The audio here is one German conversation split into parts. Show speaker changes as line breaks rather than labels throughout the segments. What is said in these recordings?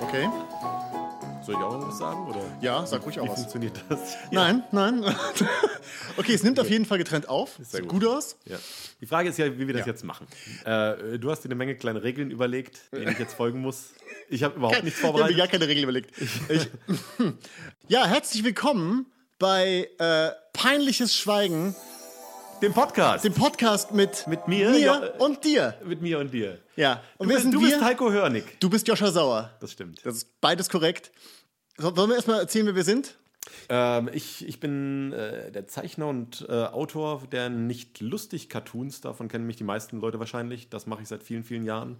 Okay.
Soll ich auch noch was sagen? Oder
Ja, sag ruhig auch
wie
was.
funktioniert das?
Nein, nein. okay, es nimmt auf jeden Fall getrennt auf.
sehr
Sieht
gut.
gut aus.
Ja. Die Frage ist ja, wie wir das
Ja.
jetzt machen. Äh, du hast dir eine Menge kleine Regeln überlegt, denen ich jetzt folgen muss. Ich habe überhaupt nichts
Ich habe mir
vorbereitet.
gar keine Regel überlegt. Ich, ja, herzlich willkommen bei äh, Peinliches Schweigen,
Den Podcast
dem Podcast mit,
Mit mir,
mir
ja.
und dir.
mit mir und dir.
Ja. Und
Du,
wer
bist,
sind
du
wir?
bist Heiko Hörnig.
du bist Joscha Sauer.
Das stimmt.
Das ist beides korrekt. So, wollen wir erstmal erzählen, wer wir sind?
Ähm, ich, ich bin äh, der Zeichner und äh, Autor der nicht lustig Cartoons. Davon kennen mich die meisten Leute wahrscheinlich. Das mache ich seit vielen, vielen Jahren.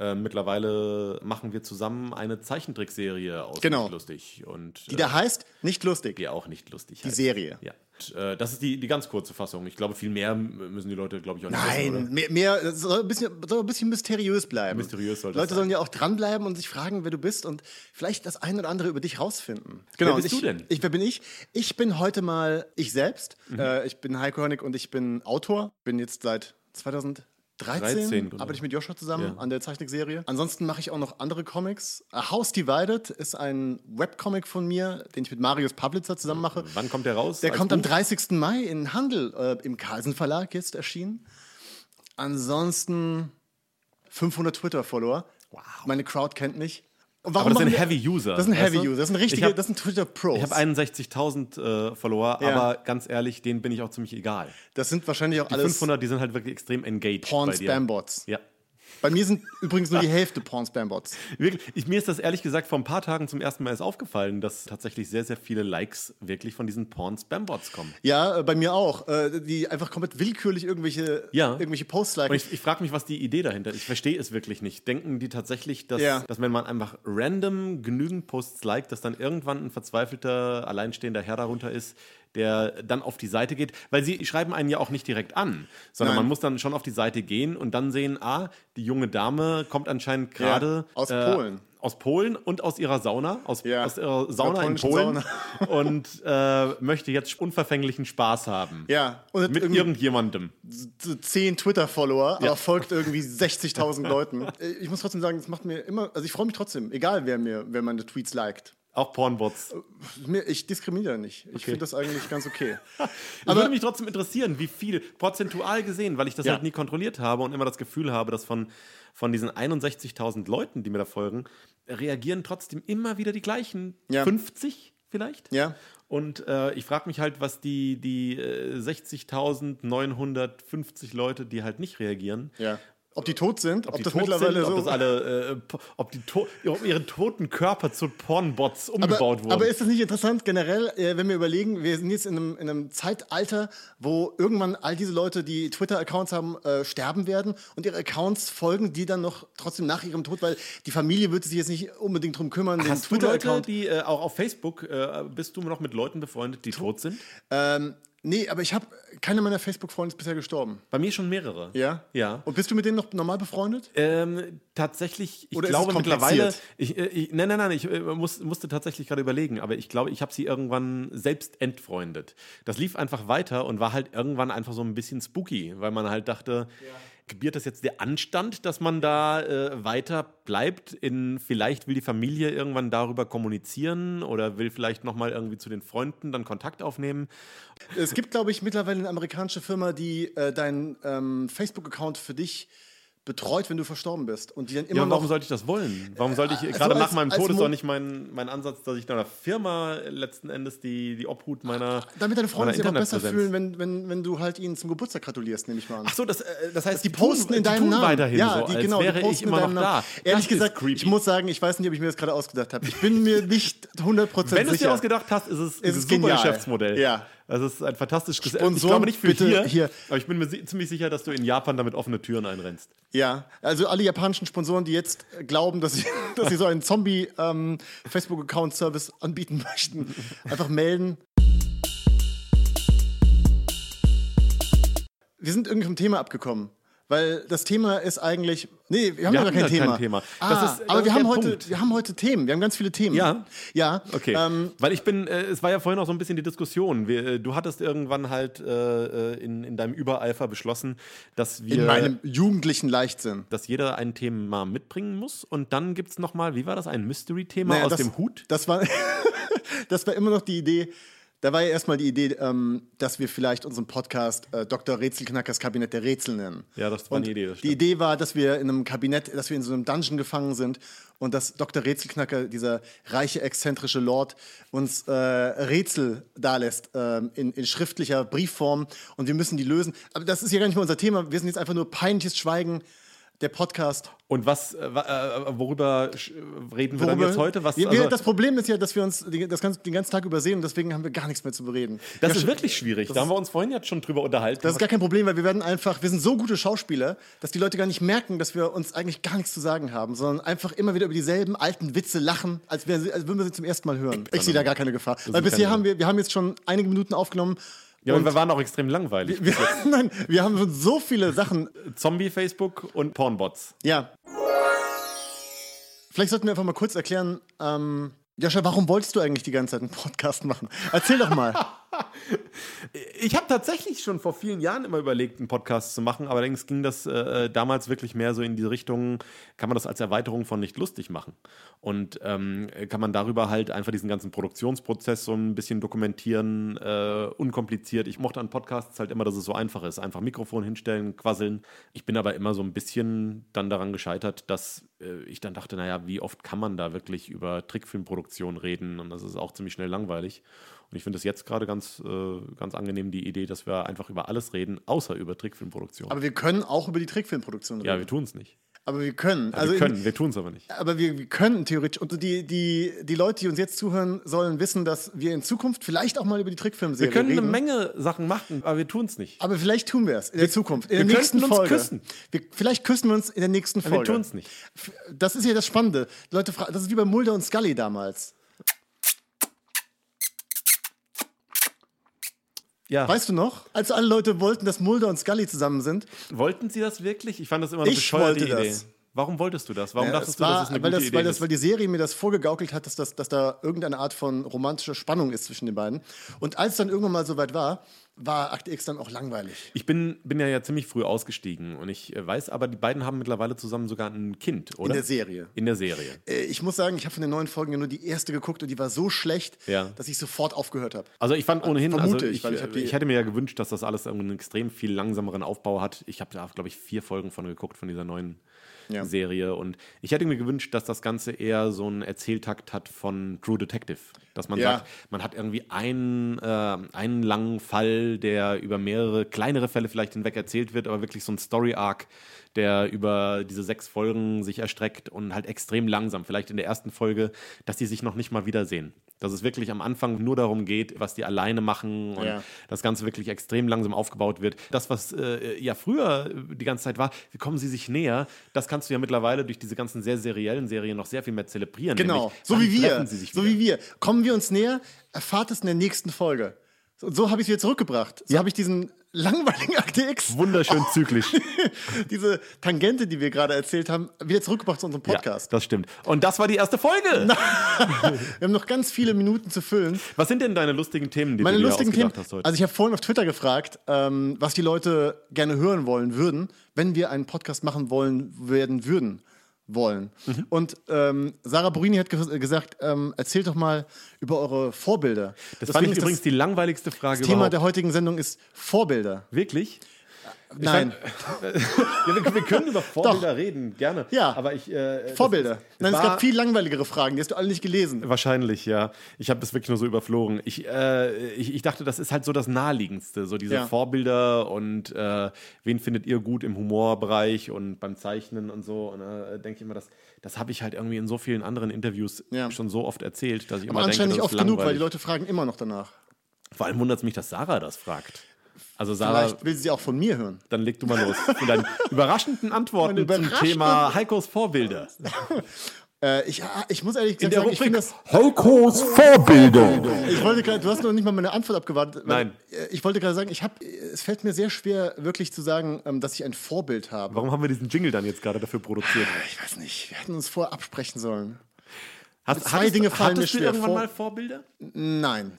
Ähm, mittlerweile machen wir zusammen eine Zeichentrickserie aus
Genau.
nicht lustig und
Die
äh,
da heißt Nicht lustig.
die auch nicht lustig.
Die Serie.
Ja. Und, äh, das ist die, die ganz kurze Fassung. Ich glaube, viel mehr m- müssen die Leute, glaube ich, auch nicht wissen.
Nein,
oder?
mehr, mehr das soll, ein bisschen, soll ein bisschen mysteriös bleiben.
Mysteriös soll das
Leute
sein.
sollen ja auch dranbleiben und sich fragen, wer du bist und vielleicht das ein oder andere über dich rausfinden.
Genau,
wer
und
bist
ich-
du denn? Ich, wer bin ich? Ich bin heute mal ich selbst.
Mhm.
Äh, ich bin Heiko Hörnig und ich bin Autor. Bin jetzt seit 2013
13, genau.
arbeite ich mit Joscha zusammen
Ja.
an der Zeichentrickserie. Ansonsten mache ich auch noch andere Comics. A House Divided ist ein Webcomic von mir, den ich mit Marius Pavlitzer zusammen mache.
Wann kommt der raus?
Der
Als
kommt am
Buch?
30. Mai in Handel äh, im Carlsen Verlag jetzt erschienen. Ansonsten 500 Twitter-Follower.
Wow.
Meine Crowd kennt mich. Und
Aber das
machen
sind
wir-
Heavy User.
Das sind
weißt
Heavy
du?
User. Das sind
Ich
richtige,
hab-
das sind
Ich
Twitter-Pros.
habe 61.000 äh, Verlor,
Ja.
aber ganz ehrlich, denen bin ich auch ziemlich egal.
Das sind wahrscheinlich auch
Die
alles
500, die sind halt wirklich extrem engaged. bei dir.
Porn-Spam-Bots.
Ja.
Bei mir sind übrigens nur die Hälfte Porn-Spam-Bots.
Wirklich, ich, mir ist das ehrlich gesagt vor ein paar Tagen zum ersten Mal erst aufgefallen, dass tatsächlich sehr, sehr viele Likes wirklich von diesen Porn-Spam-Bots kommen.
Ja, äh, bei mir auch. Äh, die einfach komplett willkürlich irgendwelche,
Ja.
irgendwelche Posts
Und
liken.
ich, ich frage mich, was die Idee dahinter ist. Ich verstehe es wirklich nicht. Denken die tatsächlich, dass,
Ja.
dass wenn man einfach random genügend Posts liked, dass dann irgendwann ein verzweifelter, alleinstehender Herr darunter ist, der dann auf die Seite geht? Weil sie schreiben einen ja auch nicht direkt an, sondern
Nein.
man muss dann schon auf die Seite gehen und dann sehen, ah, die junge Dame kommt anscheinend gerade äh,
Ja, aus Polen.
Aus Polen und aus ihrer Sauna, aus,
Ja,
aus ihrer Sauna in
polnischen
Polen und äh, möchte jetzt unverfänglichen Spaß haben.
ja, und
Mit
irgendwie-
irgendjemandem.
so zehn Twitter-Follower, aber folgt irgendwie 60.000 Leuten. Äh, Ich muss trotzdem sagen, es macht mir immer, also ich freue mich trotzdem, egal wer mir, wer meine Tweets liked.
Auch Pornbots.
Mir- Ich diskriminiere nicht. Ich finde das eigentlich ganz okay.
Aber würde mich trotzdem interessieren, wie viel prozentual gesehen, weil ich das
Ja.
halt nie kontrolliert habe und immer das Gefühl habe, dass von, von diesen 61.000 Leuten, die mir da folgen, reagieren trotzdem immer wieder die gleichen.
Ja.
50 vielleicht?
Ja.
Und äh, ich frage mich halt, was die, die äh, 60.950 Leute, die halt nicht reagieren,
Ja. Ob die tot sind, ob,
die
das
tot
mittlerweile
sind,
so.
ob das alle, äh, po- ob die to ob ihre toten Körper zu Pornbots umgebaut wurden.
aber ist das nicht interessant generell, äh, wenn wir überlegen, wir sind jetzt in einem, in einem Zeitalter, wo irgendwann all diese Leute, die Twitter-Accounts haben, äh, sterben werden und ihre Accounts folgen, die dann noch trotzdem nach ihrem Tod, weil die Familie würde sich jetzt nicht unbedingt drum kümmern, den
Hast du Leute,
Twitter-Account.
die äh, auch auf Facebook, äh, bist du noch mit Leuten befreundet, die tot sind?
Ähm, nee, aber ich habe keiner meiner Facebook-Freunde ist bisher gestorben.
Bei mir schon mehrere.
Ja?
Ja.
Und bist du mit denen noch normal befreundet?
Ähm, tatsächlich, ich
Oder ist es
glaube mittlerweile.
kompliziert?
Ich, äh, ich, nein, nein, nein, ich äh, muss, musste tatsächlich gerade überlegen, aber ich glaube, ich habe sie irgendwann selbst entfreundet. Das lief einfach weiter und war halt irgendwann einfach so ein bisschen spooky, weil man halt dachte, gebiert das jetzt der Anstand, dass man da äh, weiter bleibt? In, vielleicht will die Familie irgendwann darüber kommunizieren oder will vielleicht nochmal irgendwie zu den Freunden dann Kontakt aufnehmen.
Es gibt, glaube ich, mittlerweile eine amerikanische Firma, die äh, deinen ähm, Facebook-Account für dich betreut, wenn du verstorben bist. Und die dann immer
Ja, warum
noch. Äh, also
sollte ich das wollen? Warum sollte ich, gerade
als-
nach meinem
als
Tod ist
Mo-
doch nicht mein, mein Ansatz, dass ich einer Firma letzten Endes die, die Obhut meiner.
Damit deine Freunde
meiner
sich aber besser
Internetpräsenz-
fühlen, wenn, wenn, wenn du halt ihnen zum Geburtstag gratulierst, nehme ich mal an.
Ach so, das, äh, das heißt,
Also Die posten
tun,
in deinem
die tun
Namen.
weiterhin
ja,
so,
die,
als
genau, die
wäre ich
posten in
immer noch
deinem
da.
Namen. Ehrlich
Das ist
gesagt,
creepy.
ich muss sagen, ich weiß nicht, ob ich mir das gerade ausgedacht habe. Ich bin mir nicht 100%
wenn du es dir
sicher.
ausgedacht hast, ist es,
Es
ein
ist
super
genial.
Geschäftsmodell.
Ja.
Das ist ein fantastisches Geschäftsmodell. Ich
Sponsoren,
glaube nicht für
bitte
hier,
hier.
aber ich bin mir si- ziemlich sicher, dass du in Japan damit offene Türen einrennst.
Ja, also alle japanischen Sponsoren, die jetzt äh, glauben, dass sie, dass sie so einen Zombie-Facebook-Account-Service anbieten möchten, einfach melden. Wir sind irgendwie vom Thema abgekommen. Weil das Thema ist eigentlich. Nee, wir haben ja
Wir
gar
hatten
kein
ja kein
Thema.
Thema.
Ah,
Das ist- das
aber
ist
wir,
der
haben heute,
Punkt.
wir haben heute Themen. Wir haben ganz viele Themen.
Ja?
Ja.
Okay,
Ähm,
weil ich bin, äh, es war ja vorhin auch so ein bisschen die Diskussion. Wir, äh, du hattest irgendwann halt äh, äh, in, in deinem Übereifer beschlossen, dass wir,
in meinem jugendlichen Leichtsinn.
dass jeder ein Thema mitbringen muss und dann gibt es nochmal, wie war das, ein Mystery-Thema
Naja,
aus
das-
dem Hut?
Das war, das war immer noch die Idee. Da war ja erstmal die Idee, ähm, dass wir vielleicht unseren Podcast äh, Dr. Rätselknackers Kabinett der Rätsel nennen.
Ja, das war
Und
eine Idee, das
die Idee war, dass wir in einem Kabinett, dass wir in so einem Dungeon gefangen sind und dass Dr. Rätselknacker, dieser reiche, exzentrische Lord, uns äh, Rätsel dalässt ähm, in, in schriftlicher Briefform und wir müssen die lösen. Aber das ist ja gar nicht mehr unser Thema. Wir sind jetzt einfach nur peinliches Schweigen, der Podcast.
Und was, äh, wa- äh, worüber sch- reden wir dann
Worüber-
jetzt heute? Was,
wir, wir-
also,
das Problem ist ja, dass wir uns die, das ganz, den ganzen Tag übersehen und deswegen haben wir gar nichts mehr zu bereden.
das
ja,
ist
sch-
wirklich schwierig. Da haben wir uns vorhin jetzt schon drüber unterhalten.
Das ist gar kein Problem, weil wir werden einfach, wir sind so gute Schauspieler, dass die Leute gar nicht merken, dass wir uns eigentlich gar nichts zu sagen haben, sondern einfach immer wieder über dieselben alten Witze lachen, als, wär, als würden wir sie zum ersten Mal hören. Ich sehe da gar keine Gefahr. Weil bisher
keine-
haben wir, wir haben jetzt schon einige Minuten aufgenommen.
ja, und wir waren auch extrem langweilig.
wir, nein, wir haben schon so viele Sachen.
Zombie-Facebook und Pornbots.
Ja. Vielleicht sollten wir einfach mal kurz erklären, ähm, Joscha, warum wolltest du eigentlich die ganze Zeit einen Podcast machen? Erzähl doch mal.
Ich habe tatsächlich schon vor vielen Jahren immer überlegt, einen Podcast zu machen. Allerdings ging das äh, damals wirklich mehr so in die Richtung, kann man das als Erweiterung von nicht lustig machen? Und ähm, kann man darüber halt einfach diesen ganzen Produktionsprozess so ein bisschen dokumentieren, äh, unkompliziert. Ich mochte an Podcasts halt immer, dass es so einfach ist. Einfach Mikrofon hinstellen, quasseln. Ich bin aber immer so ein bisschen dann daran gescheitert, dass äh, ich dann dachte, naja, wie oft kann man da wirklich über Trickfilmproduktion reden? Und das ist auch ziemlich schnell langweilig. Und ich finde es jetzt gerade ganz, äh, ganz angenehm, die Idee, dass wir einfach über alles reden, außer über Trickfilmproduktion.
Aber wir können auch über die Trickfilmproduktion reden.
ja, wir tun es nicht.
aber wir können.
Also wir können, wir tun es aber nicht.
Aber wir, wir können theoretisch. Und die, die, die Leute, die uns jetzt zuhören, sollen wissen, dass wir in Zukunft vielleicht auch mal über die Trickfilmserie
Wir können
reden.
eine Menge Sachen machen, aber wir tun es nicht.
aber vielleicht tun wir es in der Zukunft. In der
wir
nächsten
könnten uns
Folge.
küssen.
Wir, vielleicht küssen wir uns in der nächsten
Aber wir
Folge.
tun es nicht.
F- Das ist ja das Spannende. Die Leute fragen, das ist wie bei Mulder und Scully damals.
Ja.
Weißt du noch? Als alle Leute wollten, dass Mulder und Scully zusammen sind.
Wollten Sie das wirklich? Ich fand das immer eine
Ich
bescheuerte
wollte
Idee.
das.
Warum wolltest du das? Warum
Ja, Äh,
dachtest
es war,
du, das ist eine
weil,
gute
das,
Idee?
weil, das,
ist?
weil die Serie mir das vorgegaukelt hat, dass, das, dass da irgendeine Art von romantischer Spannung ist zwischen den beiden. Und als es dann irgendwann mal soweit war, war Akt X dann auch langweilig.
ich bin, bin ja, ja ziemlich früh ausgestiegen und ich äh, weiß aber, die beiden haben mittlerweile zusammen sogar ein Kind, oder?
der Serie.
In der Serie.
Äh, Ich muss sagen, ich habe von den neuen Folgen ja nur die erste geguckt und die war so schlecht,
Ja.
dass ich sofort aufgehört habe.
Also ich fand ohnehin,
Vermute
also
ich,
ich,
weil ich
ich,
hab die-
hätte mir ja gewünscht, dass das alles einen extrem viel langsameren Aufbau hat. Ich habe da, glaube ich, vier Folgen von geguckt, von dieser neuen
Ja.
Serie. Und ich hätte mir gewünscht, dass das Ganze eher so einen Erzähltakt hat von True Detective. Dass man
Ja.
sagt, man hat irgendwie einen, äh, einen langen Fall, der über mehrere kleinere Fälle vielleicht hinweg erzählt wird, aber wirklich so ein Story-Arc, der über diese sechs Folgen sich erstreckt und halt extrem langsam, vielleicht in der ersten Folge, dass die sich noch nicht mal wiedersehen. Dass es wirklich am Anfang nur darum geht, was die alleine machen und
Ja.
das Ganze wirklich extrem langsam aufgebaut wird. Das, was äh, ja früher die ganze Zeit war, wie kommen sie sich näher, das kannst du ja mittlerweile durch diese ganzen sehr seriellen Serien noch sehr viel mehr zelebrieren.
Genau,
nämlich,
so
wann
wie wir.
treffen Sie sich
So
wieder?
wie wir. Kommen wir uns näher, erfahrt es in der nächsten Folge. Und so habe ich es wieder zurückgebracht. So habe ich diesen langweiligen Akt X,
Wunderschön zyklisch.
diese Tangente, die wir gerade erzählt haben, wieder zurückgebracht zu unserem Podcast.
Ja, das stimmt. Und das war die erste Folge.
Wir haben noch ganz viele Minuten zu füllen.
Was sind denn deine lustigen Themen, die
Meine
du dir
lustigen Themen.
ausgedacht hast heute?
Also ich habe vorhin auf Twitter gefragt, ähm, was die Leute gerne hören wollen würden, wenn wir einen Podcast machen wollen werden würden wollen.
Mhm.
Und ähm, Sarah Borini hat ge äh, gesagt, ähm, erzählt doch mal über eure Vorbilder.
das fand ich
Deswegen
übrigens
ist
die langweiligste Frage
das Thema
überhaupt.
der heutigen Sendung ist Vorbilder.
Wirklich?
Nein,
äh, Ja, wir, wir können über Vorbilder reden, gerne.
Ja.
Aber ich. äh, das-
Vorbilder.
es
Nein, es
war-
gab viel langweiligere Fragen, die hast du alle nicht gelesen.
Wahrscheinlich, ja. Ich habe das wirklich nur so überflogen. Ich, äh, ich, ich dachte, das ist halt so das Naheliegendste, so diese
Ja.
Vorbilder und äh, wen findet ihr gut im Humorbereich und beim Zeichnen und so. Und da äh, denke ich immer, das, das habe ich halt irgendwie in so vielen anderen Interviews
Ja.
schon so oft erzählt, dass ich immer
Aber
denke,
anscheinend
das
nicht oft
ist
genug, weil die
langweilig.
Leute fragen immer noch danach.
Vor allem wundert es mich, dass Sarah das fragt. Also Sarah,
Vielleicht will sie auch von mir hören.
dann leg du mal los mit deinen überraschenden Antworten
Meine
zum Thema Heikos Vorbilder.
Äh, ich, ah, ich muss ehrlich
In
gesagt
der
sagen, ich
Rubrik
finde das.
Heikos Vorbildung.
Ich wollte gerade, du hast noch nicht mal meine Antwort abgewartet.
Nein.
Äh, Ich wollte gerade sagen, ich habe, es fällt mir sehr schwer, wirklich zu sagen, ähm, dass ich ein Vorbild habe.
Warum haben wir diesen Jingle dann jetzt gerade dafür produziert?
Ich weiß nicht, wir hätten uns vorher absprechen sollen.
Hast,
Zwei Dinge fallen mir
hattest du
schwer
irgendwann
vor.
mal Vorbilder?
Nein.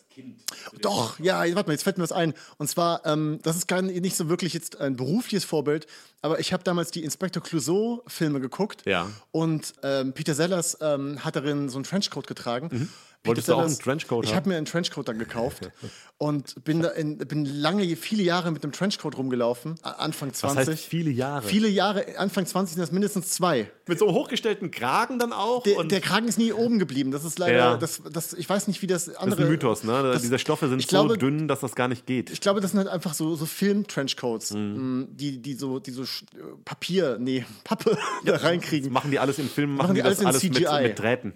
Doch, ja, warte mal, jetzt fällt mir was ein. Und zwar, ähm, das ist gar nicht so wirklich jetzt ein berufliches Vorbild, aber ich habe damals die Inspector Clouseau-Filme geguckt.
Ja.
Und ähm, Peter Sellers ähm, hat darin so einen Trenchcoat getragen. Peter
Mhm. Wolltest du auch
Sellers-
einen Trenchcoat
Ich
haben?
habe mir einen Trenchcoat dann gekauft und bin, da in, bin lange, viele Jahre mit einem Trenchcoat rumgelaufen, a- Anfang 20.
heißt viele Jahre?
Viele Jahre, Anfang 20 sind das mindestens zwei.
Mit so einem hochgestellten Kragen dann auch?
Der,
und
der Kragen ist nie oben geblieben. Das ist leider,
Ja.
das, das, ich weiß nicht, wie das andere.
das ist ein Mythos, ne?
das-
Diese Stoffe sind
ich glaube,
so dünn, dass das gar nicht geht.
Ich glaube, das sind halt einfach so, so Film-Trenchcoats,
Mhm.
mh, die, die so, die so Sch- äh, Papier, nee, Pappe da reinkriegen.
machen die alles in Filmen, machen,
Machen
die
die
das alles
alles in
mit,
CGI.
mit Drähten.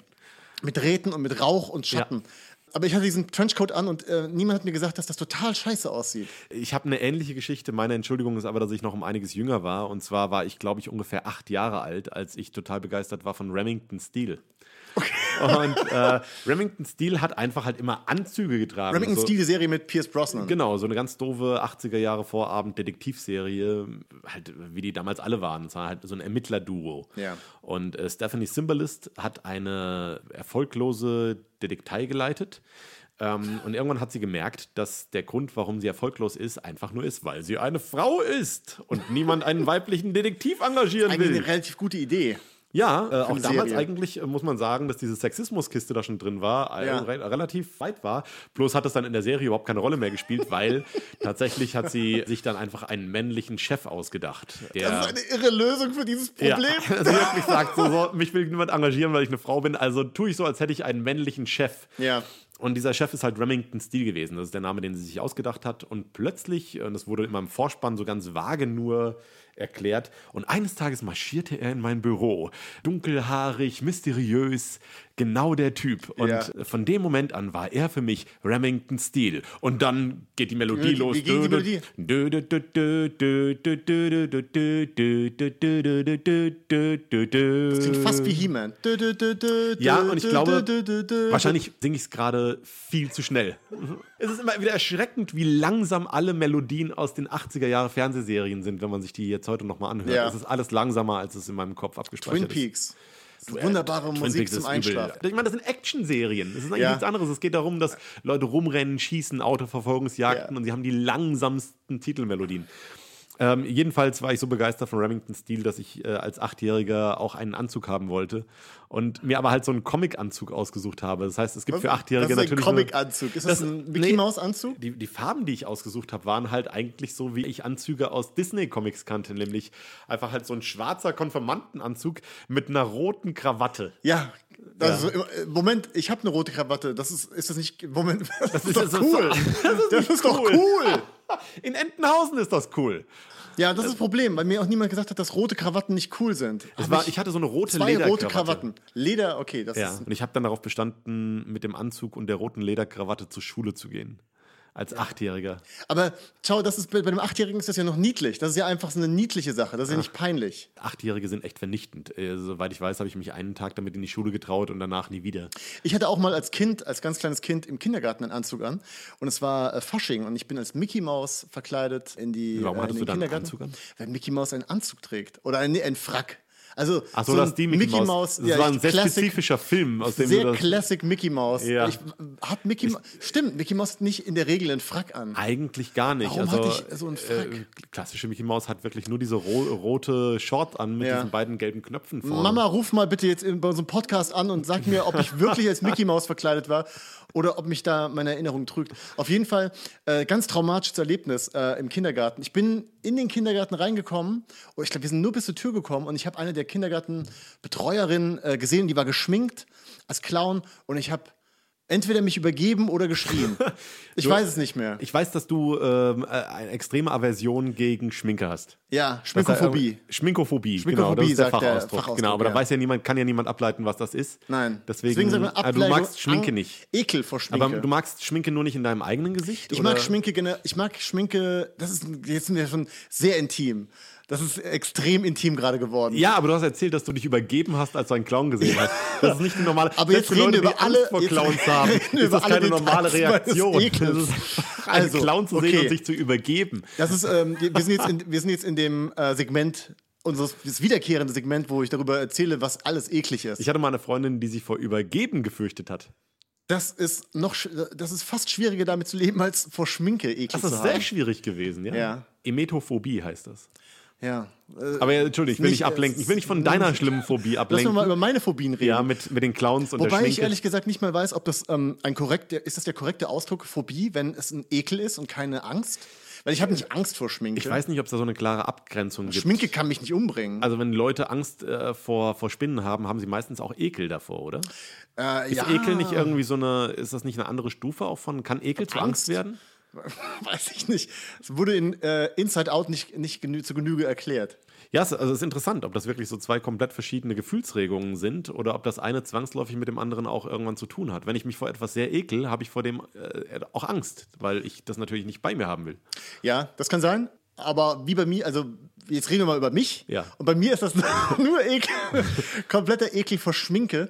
Mit Drähten und mit Rauch und Schatten. Aber ich hatte diesen Trenchcoat an und äh, niemand hat mir gesagt, dass das total scheiße aussieht.
Ich habe eine ähnliche Geschichte. Meine Entschuldigung ist aber, dass ich noch um einiges jünger war. Und zwar war ich, glaube ich, ungefähr acht Jahre alt, als ich total begeistert war von Remington Steel. Und äh, Remington Steel hat einfach halt immer Anzüge getragen.
Remington
so,
Steel, die Serie mit Pierce Brosnan.
Genau, so eine ganz doofe 80er Jahre Vorabend-Detektivserie, halt wie die damals alle waren. Es war halt so ein Ermittler-Duo.
Ja.
Und äh, Stephanie Symbalist hat eine erfolglose Detektei geleitet. Ähm, und irgendwann hat sie gemerkt, dass der Grund, warum sie erfolglos ist, einfach nur ist, weil sie eine Frau ist und niemand einen weiblichen Detektiv engagieren
Eigentlich
will.
eine relativ gute Idee.
Ja, äh, auch
eine
damals
Serie.
eigentlich äh, muss man sagen, dass diese Sexismuskiste da schon drin war, äh,
Ja.
re relativ weit war. Bloß hat das dann in der Serie überhaupt keine Rolle mehr gespielt, weil tatsächlich hat sie sich dann einfach einen männlichen Chef ausgedacht. Der,
Das ist eine irre Lösung für dieses
ja,
Problem.
also wirklich sagt, so, so, mich will niemand engagieren, weil ich eine Frau bin, also tue ich so, als hätte ich einen männlichen Chef.
Ja.
Und dieser Chef ist halt Remington Steele gewesen. Das ist der Name, den sie sich ausgedacht hat. Und plötzlich, und das wurde immer im Vorspann so ganz vage nur erklärt, und eines Tages marschierte er in mein Büro. Dunkelhaarig, mysteriös, genau der Typ. Und
Ja.
von dem Moment an war er für mich Remington Steele. Und dann geht die Melodie
Wie-
los.
wie ging die Melodie?
Das
Das klingt fast wie He-Man. Dö, dö, dö, dö,
Ja,
dö,
und ich
dö,
glaube,
dö, dö, dö.
wahrscheinlich singe ich es gerade viel zu schnell. Es ist immer wieder erschreckend, wie langsam alle Melodien aus den 80er Jahre Fernsehserien sind, wenn man sich die jetzt heute nochmal anhört.
Ja.
Es ist alles langsamer, als es in meinem Kopf abgespeichert
Twin
ist.
Peaks. Wunderbare
Twin
Musik
Peaks
zum
ist
Einschlafen.
Übel. Ich meine, das sind Actionserien. Das ist eigentlich
Ja.
nichts anderes. Es geht darum, dass Leute rumrennen, schießen, Autoverfolgungsjagden
Ja.
und sie haben die langsamsten Titelmelodien. Ähm, jedenfalls war ich so begeistert von Remington Steel, dass ich äh, als Achtjähriger auch einen Anzug haben wollte und mir aber halt so einen Comic-Anzug ausgesucht habe. Das heißt, es gibt für
Das
Achtjährige
ist ein
natürlich. nur-
Comic-Anzug. Ist das,
Das-
ein
nee.
Mickey-Maus-Anzug?
die, die Farben, die ich ausgesucht habe, waren halt eigentlich so, wie ich Anzüge aus Disney-Comics kannte, nämlich einfach halt so ein schwarzer Konfirmandenanzug mit einer roten Krawatte.
Ja. Also, äh, Moment, ich habe eine rote Krawatte. Das ist, ist das nicht. Moment, das, ist doch
das ist-
cool.
das ist
das ist doch cool.
In Entenhausen ist das cool.
Ja,
Äh,
das ist das Problem, weil mir auch niemand gesagt hat, dass rote Krawatten nicht cool sind.
Das
Hab
war, ich hatte so eine rote
zwei
Lederkrawatte.
rote Krawatten. Leder, okay, das
Ja,
ist.
und ich habe dann darauf bestanden, mit dem Anzug und der roten Lederkrawatte zur Schule zu gehen. Als Achtjähriger.
Aber schau, das ist bei bei dem Achtjährigen ist das ja noch niedlich. Das ist ja einfach so eine niedliche Sache. Das ist ja nicht peinlich.
Achtjährige sind echt vernichtend. Äh, soweit ich weiß, habe ich mich einen Tag damit in die Schule getraut und danach nie wieder.
Ich hatte auch mal als Kind, als ganz kleines Kind im Kindergarten einen Anzug an. Und es war äh, Fasching und ich bin als Mickey Maus verkleidet in die
Warum
äh, in
hattest
den
du da einen
Kindergarten.
Anzug an?
Weil Mickey Maus einen Anzug trägt. Oder einen, einen Frack. Also
Ach so, das ist die Mickey, Mouse.
Mouse,
Das
ja,
war ein sehr
Classic,
spezifischer Film, aus dem
sehr
du das
classic Mickey Maus.
Ja.
Ich, hat Mickey Ma- Stimmt, Mickey Maus hat nicht in der Regel einen Frack an.
eigentlich gar nicht.
Warum
also,
hatte ich so einen Frack?
Äh, klassische Mickey Maus hat wirklich nur diese ro rote Short an mit
Ja.
diesen beiden gelben Knöpfen vorne.
Mama, ruf mal bitte jetzt in- bei unserem Podcast an und sag mir, ob ich wirklich als Mickey Maus verkleidet war oder ob mich da meine Erinnerung trügt. Auf jeden Fall äh, ganz traumatisches Erlebnis äh, im Kindergarten. Ich bin in den Kindergarten reingekommen und ich glaube, wir sind nur bis zur Tür gekommen und ich habe eine der Kindergartenbetreuerinnen äh, gesehen, die war geschminkt als Clown und ich habe entweder mich übergeben oder geschrien. Ich weiß es nicht mehr.
Ich weiß, dass du ähm, äh, eine extreme Aversion gegen Schminke hast.
Ja,
Das sei
Schminkophobie.
irgendwie- Schminkophobie, genau, das
Schminkophobie,
ist der
sagt der
Fachausdruck.
Fachausdruck,
genau, aber
ja.
da weiß ja niemand, kann ja niemand ableiten, was das ist.
Nein.
Deswegen, ah, du
Ablehnung,
magst Schminke
Ang-
nicht.
Ekel vor Schminke.
Aber du magst Schminke nur nicht in deinem eigenen Gesicht?
Ich
oder?
mag Schminke, gene- ich mag Schminke, das ist, jetzt sind wir schon sehr intim. Das ist extrem intim gerade geworden.
Ja, aber du hast erzählt, dass du dich übergeben hast, als du einen Clown gesehen hast. Das ist nicht eine normale
Aber
selbst
jetzt
für
reden
Leute,
wir über
die
alle-
Angst vor
jetzt
Clowns haben,
reden wir
ist
über
das
alle
keine normale
Details meines
Reaktion.
Ekels.
Das ist einen
Also,
Clown zu
okay.
sehen und sich zu übergeben.
Das ist, ähm, wir, sind jetzt in, wir sind jetzt in dem äh, Segment, unseres das wiederkehrende Segment, wo ich darüber erzähle, was alles eklig ist.
Ich hatte mal eine Freundin, die sich vor Übergeben gefürchtet hat.
das ist noch, sch- das ist fast schwieriger damit zu leben, als vor Schminke eklig
Das
zu
ist
haben.
sehr schwierig gewesen, ja?
Ja.
Emetophobie heißt das.
Ja. Äh,
Aber äh, Entschuldigung, ich will
Nicht,
nicht,
äh,
ablenken. Ich will nicht von deiner schlimmen Phobie
lass uns mal
ablenken.
über meine Phobien reden.
Ja, mit, mit den Clowns und der
Wobei
Schminke.
ich ehrlich gesagt nicht mal weiß, ob das ähm, ein korrekt, ist das der korrekte Ausdruck Phobie, wenn es ein Ekel ist und keine Angst? Weil ich habe nicht Angst vor Schminke.
ich weiß nicht, ob es da so eine klare Abgrenzung gibt.
Schminke kann mich nicht umbringen.
Also wenn Leute Angst äh, vor, vor Spinnen haben, haben sie meistens auch Ekel davor, oder?
äh,
Ist Ekel nicht irgendwie so eine, ist das nicht eine andere Stufe auch von, kann Ekel zu
Angst?
Angst werden?
Weiß ich nicht. Es wurde in äh, Inside Out nicht, nicht genü zu Genüge erklärt.
Ja, es, also es ist interessant, ob das wirklich so zwei komplett verschiedene Gefühlsregungen sind oder ob das eine zwangsläufig mit dem anderen auch irgendwann zu tun hat. Wenn ich mich vor etwas sehr ekel, habe ich vor dem äh, auch Angst, weil ich das natürlich nicht bei mir haben will.
Ja, das kann sein. Aber wie bei mir, also jetzt reden wir mal über mich.
Ja.
Und bei mir ist das nur Ekel. Kompletter Ekel vor Schminke.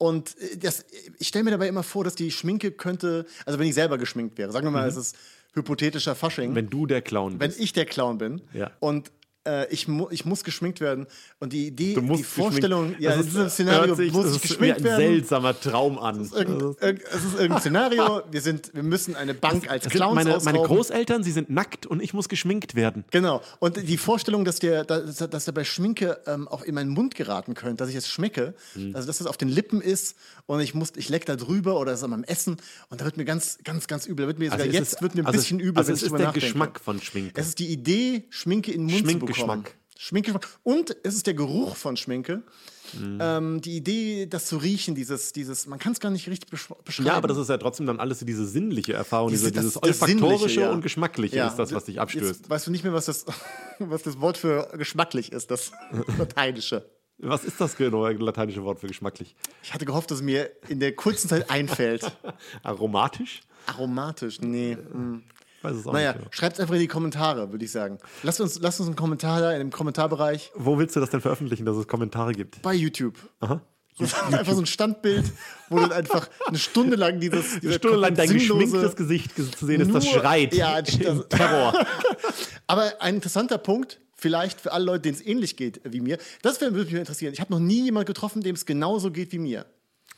Und äh, das, ich stelle mir dabei immer vor, dass die Schminke könnte, also wenn ich selber geschminkt wäre, sagen wir mal,
Mhm.
es ist hypothetischer Fasching.
Wenn du der Clown
wenn
bist.
ich der Clown bin
Ja.
und äh, ich, mu ich muss geschminkt werden und die Idee,
Du musst
die Vorstellung,
geschminkt-
ja,
das
in
ist-
diesem Szenario
hört sich,
muss
das
ich
ist
geschminkt
wie ein
werden.
seltsamer Traum an. Also-
Irgend- irgend- Es ist irgendein Szenario, wir, sind, wir müssen eine Bank als
Das sind
Clowns
meine, meine
ausrauben.
Großeltern, sie sind nackt und ich muss geschminkt werden.
Genau. Und die Vorstellung, dass der, dass, dass der bei Schminke ähm, auch in meinen Mund geraten könnte, dass ich es schmecke,
Mhm.
also dass es auf den Lippen ist und ich muss, ich leck da drüber oder es ist an meinem Essen und da wird mir ganz, ganz, ganz übel. Da wird mir sogar
es
jetzt
ist-
wird mir ein
also es-
bisschen übel,
Also
wenn
es
ich
ist
drüber
der
nachdenke.
Geschmack von Schminke.
Es ist die Idee, Schminke in den Mund zu bekommen.
Schminkgeschmack.
Schminkgeschmack. Und es ist der Geruch von Schminke. Ähm, die Idee, das zu riechen, dieses, dieses, man kann es gar nicht richtig besch- beschreiben.
Ja, aber das ist ja trotzdem dann alles so diese sinnliche Erfahrung, diese,
das-
dieses
das
olfaktorische
Sinnliche, ja.
und geschmackliche
Ja,
ist das, was dich abstößt.
Jetzt weißt du nicht mehr, was das, was das Wort für geschmacklich ist, das Lateinische.
Was ist das genau, lateinische Wort für geschmacklich?
Ich hatte gehofft, dass es mir in der kurzen Zeit einfällt.
Aromatisch?
Aromatisch, nee. hm.
Weiß es auch
Naja,
nicht. genau.
schreibt einfach in die Kommentare, würde ich sagen. Lasst uns, lasst uns einen Kommentar da in dem Kommentarbereich
Wo willst du das denn veröffentlichen, dass es Kommentare gibt?
bei YouTube. Aha. einfach so ein Standbild, wo dann einfach eine Stunde lang dieses.
Eine
dieser
Stunde lang dein
sinnlose-
geschminktes Gesicht ges- zu sehen ist, das
Nur-
schreit.
Ja, das-
Im Terror.
Aber ein interessanter Punkt, vielleicht für alle Leute, denen es ähnlich geht wie mir, das wär- würde mich interessieren. Ich habe noch nie jemanden getroffen, dem es genauso geht wie mir.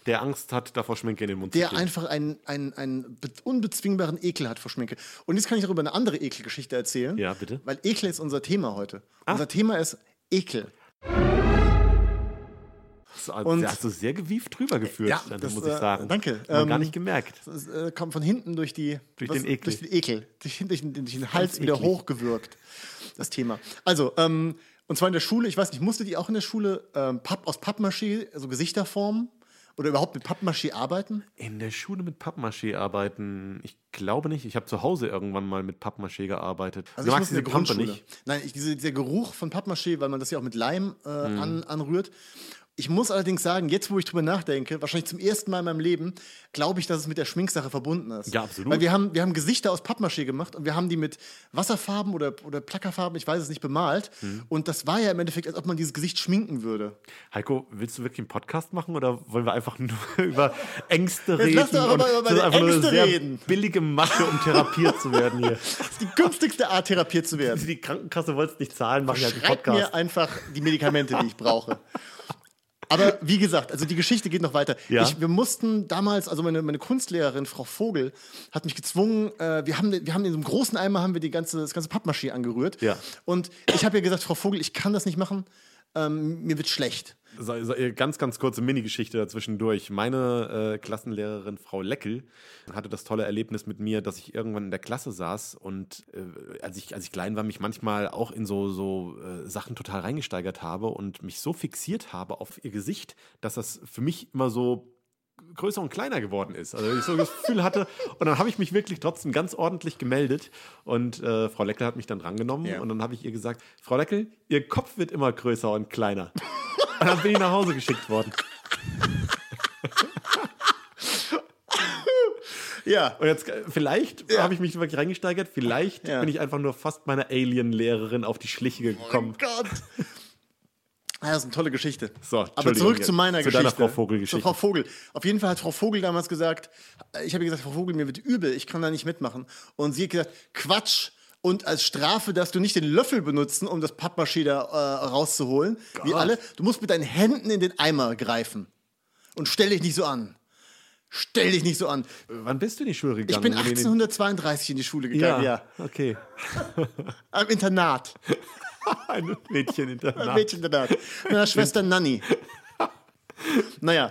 Der Angst hat, davor Schminke in den Mund
Der
zu kriegen.
einfach einen, einen, einen be- unbezwingbaren Ekel hat vor Schminke. Und jetzt kann ich auch über eine andere Ekelgeschichte erzählen.
Ja, bitte. Ah.
Weil Ekel ist unser Thema heute. Unser Thema ist Ekel.
Das,
und-
hast du sehr gewieft drüber geführt,
Ja,
dann,
das,
muss ich
äh,
sagen.
danke.
Hat Man
Ähm,
gar nicht gemerkt.
Das äh, kommt von hinten durch die
Durch den Ekel.
Durch den Ekel. Durch, den- durch, den- durch den Hals
Ganz
wieder
eklig.
hochgewürgt. Das Thema. Also, ähm, und zwar in der Schule, ich weiß nicht, musstet ihr auch in der Schule ähm, Papp, aus Pappmaché, so Gesichter formen? Oder überhaupt mit Pappmaché arbeiten?
In der Schule mit Pappmaché arbeiten? Ich glaube nicht. Ich habe zu Hause irgendwann mal mit Pappmaché gearbeitet.
Also ich musste in der Grundschule. Nein, ich, diese, dieser Geruch von Pappmaché, weil man das ja auch mit Leim äh,
Hm.
an, anrührt. Ich muss allerdings sagen, jetzt wo ich drüber nachdenke, wahrscheinlich zum ersten Mal in meinem Leben, glaube ich, dass es mit der Schminksache verbunden ist.
Ja, absolut.
Weil wir haben, wir haben Gesichter aus Pappmaché gemacht und wir haben die mit Wasserfarben oder, oder Plackerfarben, ich weiß es nicht, bemalt.
Hm.
Und das war ja im Endeffekt, als ob man dieses Gesicht schminken würde.
Heiko, willst du wirklich einen Podcast machen oder wollen wir einfach nur über Ängste
Jetzt
reden?
lass doch aber mal über
das ist
die
einfach nur eine
Ängste
sehr
reden.
Billige Masche, um therapiert zu werden hier.
Das ist die günstigste Art, therapiert zu werden.
Die Krankenkasse wollte es nicht zahlen, machen ja einen
Schreibt mir
Podcast.
einfach die Medikamente, die ich brauche. Aber wie gesagt, also die Geschichte geht noch weiter.
Ja.
Ich, wir mussten damals, also meine, meine Kunstlehrerin, Frau Vogel, hat mich gezwungen, äh, wir, haben, wir haben in so einem großen Eimer haben wir die ganze, das ganze Pappmaché angerührt.
Ja.
Und ich habe ihr gesagt, Frau Vogel, ich kann das nicht machen, ähm, mir wird schlecht.
So, so, äh, ganz, ganz kurze Minigeschichte dazwischen durch. Meine äh, Klassenlehrerin Frau Leckel hatte das tolle Erlebnis mit mir, dass ich irgendwann in der Klasse saß und äh, als, ich, als ich klein war, mich manchmal auch in so, so äh, Sachen total reingesteigert habe und mich so fixiert habe auf ihr Gesicht, dass das für mich immer so größer und kleiner geworden ist. Also ich so das Gefühl hatte. Und dann habe ich mich wirklich trotzdem ganz ordentlich gemeldet. Und äh, Frau Leckel hat mich dann drangenommen.
Ja.
Und dann habe ich ihr gesagt, Frau Leckel, Ihr Kopf wird immer größer und kleiner. Und dann bin ich nach Hause geschickt worden.
Ja.
Und jetzt, äh, vielleicht habe ich mich wirklich reingesteigert, vielleicht
Ja.
bin ich einfach nur fast meiner Alien-Lehrerin auf die Schliche gekommen.
Gott. Ja, das ist eine tolle Geschichte.
Oh So,
Aber
Entschuldigung,
zurück
jetzt.
zu meiner
Zu
Geschichte.
deiner Frau Vogel-Geschichte.
Zu Frau Vogel. Auf jeden Fall hat Frau Vogel damals gesagt, äh, ich habe ihr gesagt, Frau Vogel, mir wird übel, ich kann da nicht mitmachen. Und sie hat gesagt, Quatsch. Und als Strafe darfst du nicht den Löffel benutzen, um das Pappmaché da äh, rauszuholen. Wie alle. Du musst mit deinen Händen in den Eimer greifen. Und stell dich nicht so an. Stell dich nicht so an.
Wann bist du in die Schule gegangen?
Ich bin
Wenn du in den-
1832 in die Schule
ja,
gegangen, ja.
okay.
Am Internat.
Ein Mädchen
Ein
hinterher.
Mädcheninternat. Mit meiner Schwester Nanni. Naja,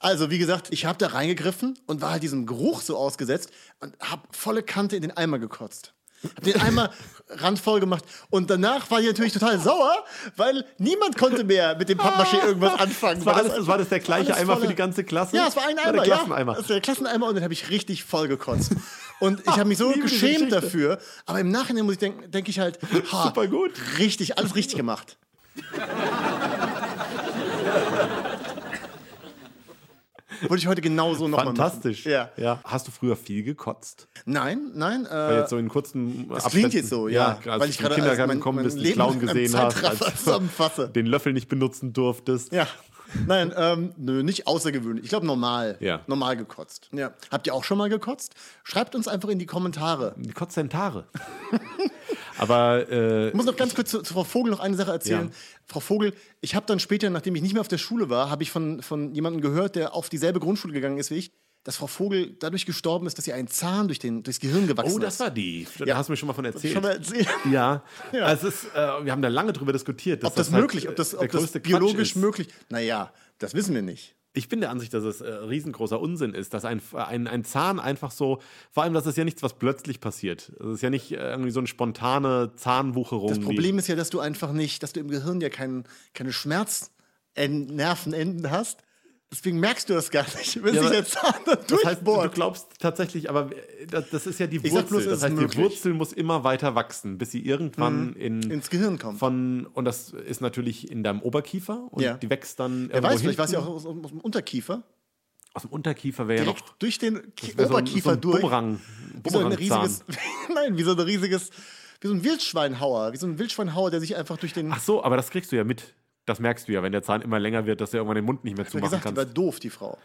also wie gesagt, ich habe da reingegriffen und war halt diesem Geruch so ausgesetzt und habe volle Kante in den Eimer gekotzt. Hab den Eimer randvoll gemacht und danach war ich natürlich total sauer, weil niemand konnte mehr mit dem Pappmaché irgendwas anfangen.
Ah. Das war,
weil
alles, war das der gleiche
alles
Eimer für
voller-
die ganze Klasse?
ja, es war ein
der
Eimer.
Klasseneimer.
Ja. Das war der Klasseneimer und den habe ich richtig voll gekotzt. Und ich habe mich so
Liebe die
geschämt
Geschichte.
dafür. Aber im Nachhinein muss ich denken, denke ich halt, ha,
Super gut.
Richtig, alles richtig gemacht. Würde ich heute genauso nochmal machen.
Fantastisch.
Ja.
ja. Hast du früher viel gekotzt?
Nein, nein.
Weil
Äh,
jetzt so in kurzen Das
klingt jetzt so, ja,
als
weil
weil
ich
ich
gerade
im Kindergarten
als mein-
gekommen
mein
bist, einen
Leben
Clown
in einem
gesehen hast,
Zeitraffer
als
zusammenfasse.
du den Löffel nicht benutzen durftest.
ja. Nein, ähm, nö, nicht außergewöhnlich. Ich glaube normal.
Ja.
Normal gekotzt. Ja. Habt ihr auch schon mal gekotzt? Schreibt uns einfach in die Kommentare.
Die Kotzentare. Aber äh,
Ich muss noch ganz kurz zu, zu Frau Vogel noch eine Sache erzählen.
Ja.
Frau Vogel, ich habe dann später, nachdem ich nicht mehr auf der Schule war, habe ich von, von jemandem gehört, der auf dieselbe Grundschule gegangen ist wie ich, dass Frau Vogel dadurch gestorben ist, dass ihr ein Zahn durch den, durchs Gehirn gewachsen ist.
oh, das war die. Da
Ja.
hast du mir schon mal von erzählt.
Schon mal erzählt.
ja,
Ja.
Also es ist, äh, wir haben da lange drüber diskutiert. dass
Ob das,
halt,
möglich, ob das,
äh,
ob
der
das
größte Quatsch
biologisch
ist.
möglich Naja, das wissen wir nicht.
Ich bin der Ansicht, dass es äh, riesengroßer Unsinn ist, dass ein, ein, ein Zahn einfach so, vor allem, das ist ja nichts, was plötzlich passiert. Das ist ja nicht äh, irgendwie so eine spontane Zahnwucherung.
Das
die-
Problem ist ja, dass du einfach nicht, dass du im Gehirn ja keinen, keine Schmerznervenenden hast. Deswegen merkst du das gar nicht, wenn
Ja,
sich
aber
der Zahn da
Das heißt, du du
durchbohrt.
glaubst tatsächlich, aber äh, das, das ist ja die
Ich
Wurzel.
sag bloß, es
das
ist
heißt,
möglich. Mhm.
die Wurzel muss immer weiter wachsen, bis sie irgendwann in,
ins Gehirn kommt.
Von, und das ist natürlich in deinem Oberkiefer und
Ja.
die wächst dann
Wer
irgendwo
weiß, vielleicht war es ja
hinten.
auch aus, aus dem Unterkiefer.
aus dem Unterkiefer wäre ja noch
direkt durch den Ki-
wäre so ein-
Oberkiefer
so ein
durch.
Bumerang-
wie so ein
Bumerangzahn.
riesiges, nein, wie so ein riesiges, wie so ein Wildschweinhauer, wie so ein Wildschweinhauer, der sich einfach durch den.
Ach so, aber das kriegst du ja mit. Das merkst du ja, wenn der Zahn immer länger wird, dass du irgendwann den Mund nicht mehr
Wie
zumachen
gesagt, die war
kannst.
doof, die Frau.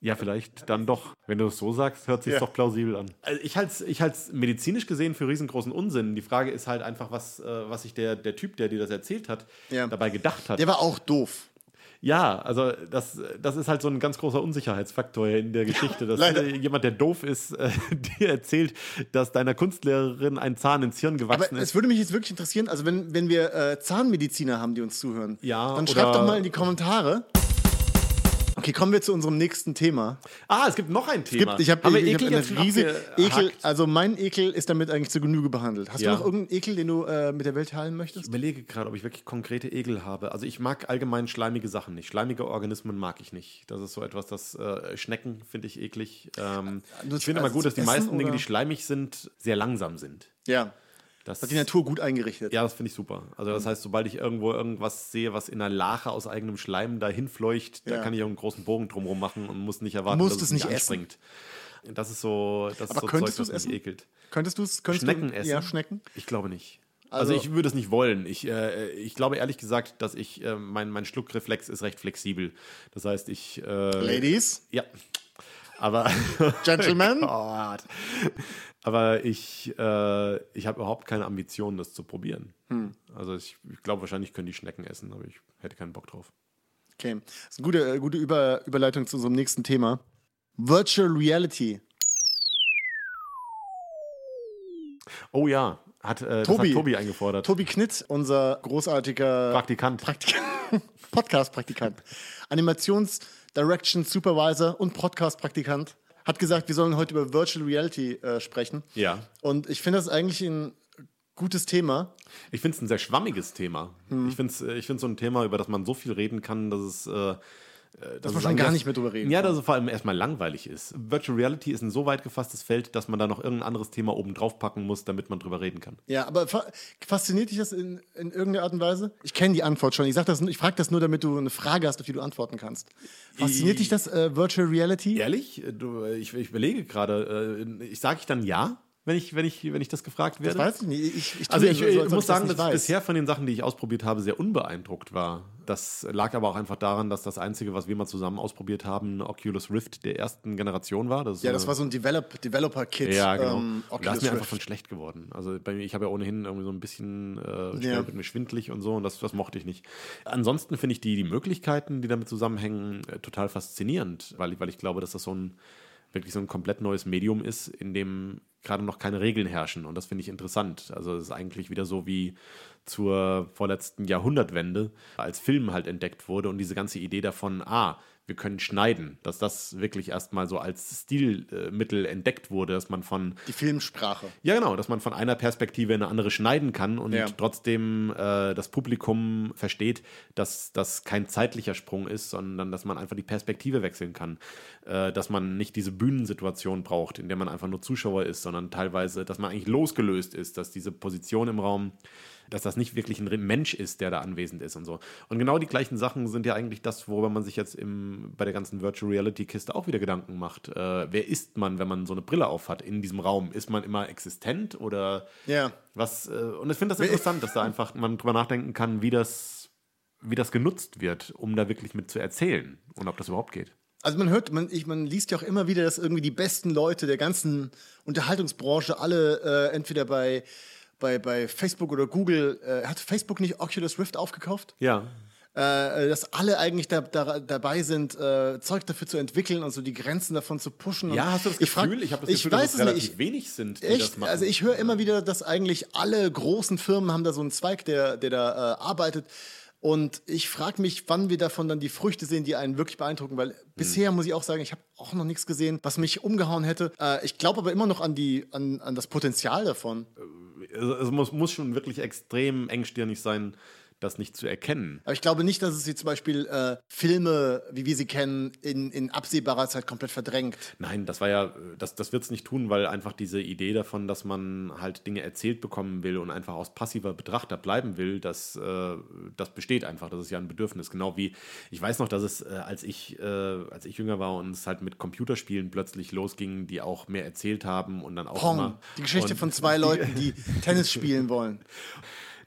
Ja, vielleicht dann doch. Wenn du es so sagst, hört sich
Ja.
doch plausibel an. Also ich halte es ich halt's medizinisch gesehen für riesengroßen Unsinn. Die Frage ist halt einfach, was, äh, was sich der, der Typ, der dir das erzählt hat,
Ja.
dabei gedacht hat.
Der war auch doof.
Ja, also das, das ist halt so ein ganz großer Unsicherheitsfaktor in der Geschichte, dass
Leider.
äh, jemand, der doof ist, äh, dir erzählt, dass deiner Kunstlehrerin ein Zahn ins Hirn
Aber
gewachsen
es
ist.
würde mich jetzt wirklich interessieren, also wenn, wenn wir äh, Zahnmediziner haben, die uns zuhören,
Ja,
dann schreibt
oder-
doch mal in die Kommentare. Okay, kommen wir zu unserem nächsten Thema.
Ah, es gibt noch ein Thema.
Gibt, ich habe
Haben wir
ich, ich hab
Ekel
eine
jetzt schon
riesige
abgehakt?
Ekel, also mein Ekel ist damit eigentlich zu Genüge behandelt. Hast
Ja.
du noch irgendeinen Ekel, den du äh, mit der Welt teilen möchtest?
Ich überlege gerade, ob ich wirklich konkrete Ekel habe. Also ich mag allgemein schleimige Sachen nicht. Schleimige Organismen mag ich nicht. Das ist so etwas, das äh, Schnecken finde ich eklig. Ähm,
nur
ich finde
als
immer gut, dass die
Äh, Essen,
meisten Dinge,
oder?
die schleimig sind, sehr langsam sind.
Ja.
Das
Hat die Natur Mhm. gut eingerichtet.
Ja, das finde ich super. Also das heißt, sobald ich irgendwo irgendwas sehe, was in einer Lache aus eigenem Schleim dahin fleucht,
Ja.
da kann ich auch einen großen Bogen drumherum machen und muss nicht erwarten,
Musst
dass
es
es
nicht
mich anspringt. Das ist so, das
Aber
ist so
könntest
Zeug,
du's
das
essen?
mich ekelt.
Könntest du's- könntest du es?
Schnecken essen?
Ja, Schnecken.
Ich glaube nicht. Also,
Also-
ich würde es nicht wollen. Ich, äh, ich glaube ehrlich gesagt, dass ich, äh, mein, mein Schluckreflex ist recht flexibel. Das heißt, ich... Äh,
Ladies,
Ja. Aber...
Gentlemen.
Gott. Aber ich, äh, ich habe überhaupt keine Ambition, das zu probieren.
Hm.
Also ich, ich glaube, wahrscheinlich können die Schnecken essen, aber ich hätte keinen Bock drauf.
Okay, das ist eine gute, äh, gute Über Überleitung zu unserem nächsten Thema. Virtual Reality.
Oh ja, hat, äh, das
Tobi.
hat Tobi eingefordert.
Tobi Knitt, unser großartiger
Praktikant.
Praktikant, Podcast-Praktikant, Animations-Direction-Supervisor und Podcast-Praktikant, hat gesagt, wir sollen heute über Virtual Reality äh, sprechen.
Ja.
Und ich finde das eigentlich ein gutes Thema.
Ich finde es
Hm.
ein sehr schwammiges Thema. Ich finde es ich find's so ein Thema, über das man so viel reden kann, dass es äh,
Dass man schon gar nicht mehr drüber reden
Ja, dass es vor allem erstmal langweilig ist. Virtual Reality ist ein so weit gefasstes Feld, dass man da noch irgendein anderes Thema oben drauf packen muss, damit man drüber reden kann.
Ja, aber fa fasziniert dich das in, in irgendeiner Art und Weise? Ich kenne die Antwort schon. Ich, sag das, nur- ich frage das nur, damit du eine Frage hast, auf die du antworten kannst. Fasziniert
I-
dich das äh, Virtual Reality?
Ehrlich? Äh, Du, ich, ich überlege gerade, äh, ich sage ich dann ja, wenn ich, wenn ich, wenn ich das gefragt werde?
Das weiß ich nicht. Ich, ich tu
Also
mir
ich,
so,
äh,
als ob
muss
das
sagen,
nicht
dass ich
weiß.
bisher von den Sachen, die ich ausprobiert habe, sehr unbeeindruckt war. Das lag aber auch einfach daran, dass das Einzige, was wir mal zusammen ausprobiert haben, Oculus Rift der ersten Generation war. Das äh, ist
Ja,
so
das
eine-
war so ein Develop Developer-Kit.
ja, genau.
ähm,
und das
Oculus
ist mir einfach
Rift.
schon schlecht geworden. Also bei mir, ich habe ja ohnehin irgendwie so ein bisschen äh, schnell
Ja.
wird mir schwindlig und so und das, das mochte ich nicht. Ansonsten finde ich die, die Möglichkeiten, die damit zusammenhängen, äh, total faszinierend, weil, ich- weil ich glaube, dass das so ein wirklich so ein komplett neues Medium ist, in dem gerade noch keine Regeln herrschen. Und das finde ich interessant. Also es ist eigentlich wieder so wie zur vorletzten Jahrhundertwende, als Film halt entdeckt wurde und diese ganze Idee davon, ah, wir können schneiden, dass das wirklich erstmal so als Stilmittel entdeckt wurde, dass man von
Die Filmsprache.
ja, genau, dass man von einer Perspektive in eine andere schneiden kann und
Ja.
halt trotzdem äh, das Publikum versteht, dass das kein zeitlicher Sprung ist, sondern dass man einfach die Perspektive wechseln kann. Äh, dass man nicht diese Bühnensituation braucht, in der man einfach nur Zuschauer ist, sondern teilweise, dass man eigentlich losgelöst ist, dass diese Position im Raum dass das nicht wirklich ein Mensch ist, der da anwesend ist und so. Und genau die gleichen Sachen sind ja eigentlich das, worüber man sich jetzt im, bei der ganzen Virtual Reality Kiste auch wieder Gedanken macht. Äh, wer ist man, wenn man so eine Brille aufhat in diesem Raum? Ist man immer existent oder
Ja.
was? Äh, und ich finde das interessant, dass da einfach man drüber nachdenken kann, wie das, wie das genutzt wird, um da wirklich mit zu erzählen und ob das überhaupt geht.
Also man hört, man, ich, man liest ja auch immer wieder, dass irgendwie die besten Leute der ganzen Unterhaltungsbranche alle äh, entweder bei, bei, bei Facebook oder Google, äh, hat Facebook nicht Oculus Rift aufgekauft?
Ja.
Äh, dass alle eigentlich da, da, dabei sind, äh, Zeug dafür zu entwickeln und so die Grenzen davon zu pushen. Und
Ja, hast du das
ich frag-
Gefühl? ich habe das
ich
Gefühl,
weiß
dass
es
es relativ
nicht. Ich,
wenig sind, die das
Echt?
machen.
Also ich höre immer wieder, dass eigentlich alle großen Firmen haben da so einen Zweig, der, der da äh, arbeitet. Und ich frage mich, wann wir davon dann die Früchte sehen, die einen wirklich beeindrucken.
Hm.
Weil bisher muss ich auch sagen, ich habe auch noch nichts gesehen, was mich umgehauen hätte. Äh, ich glaube aber immer noch an, die, an, an das Potenzial davon.
also, es muss, muss schon wirklich extrem engstirnig sein, das nicht zu erkennen.
Aber ich glaube nicht, dass es wie zum Beispiel äh, Filme, wie wir sie kennen, in, in absehbarer Zeit komplett verdrängt.
Nein, das war ja, äh, das, das wird es nicht tun, weil einfach diese Idee davon, dass man halt Dinge erzählt bekommen will und einfach aus passiver Betrachter bleiben will, das, äh, das besteht einfach. Das ist ja ein Bedürfnis. Genau wie, ich weiß noch, dass es, äh, als ich, äh, als ich jünger war und es halt mit Computerspielen plötzlich losging, die auch mehr erzählt haben und dann auch.
Pong,
immer-
die Geschichte
und-
von zwei Leuten, die Tennis spielen wollen.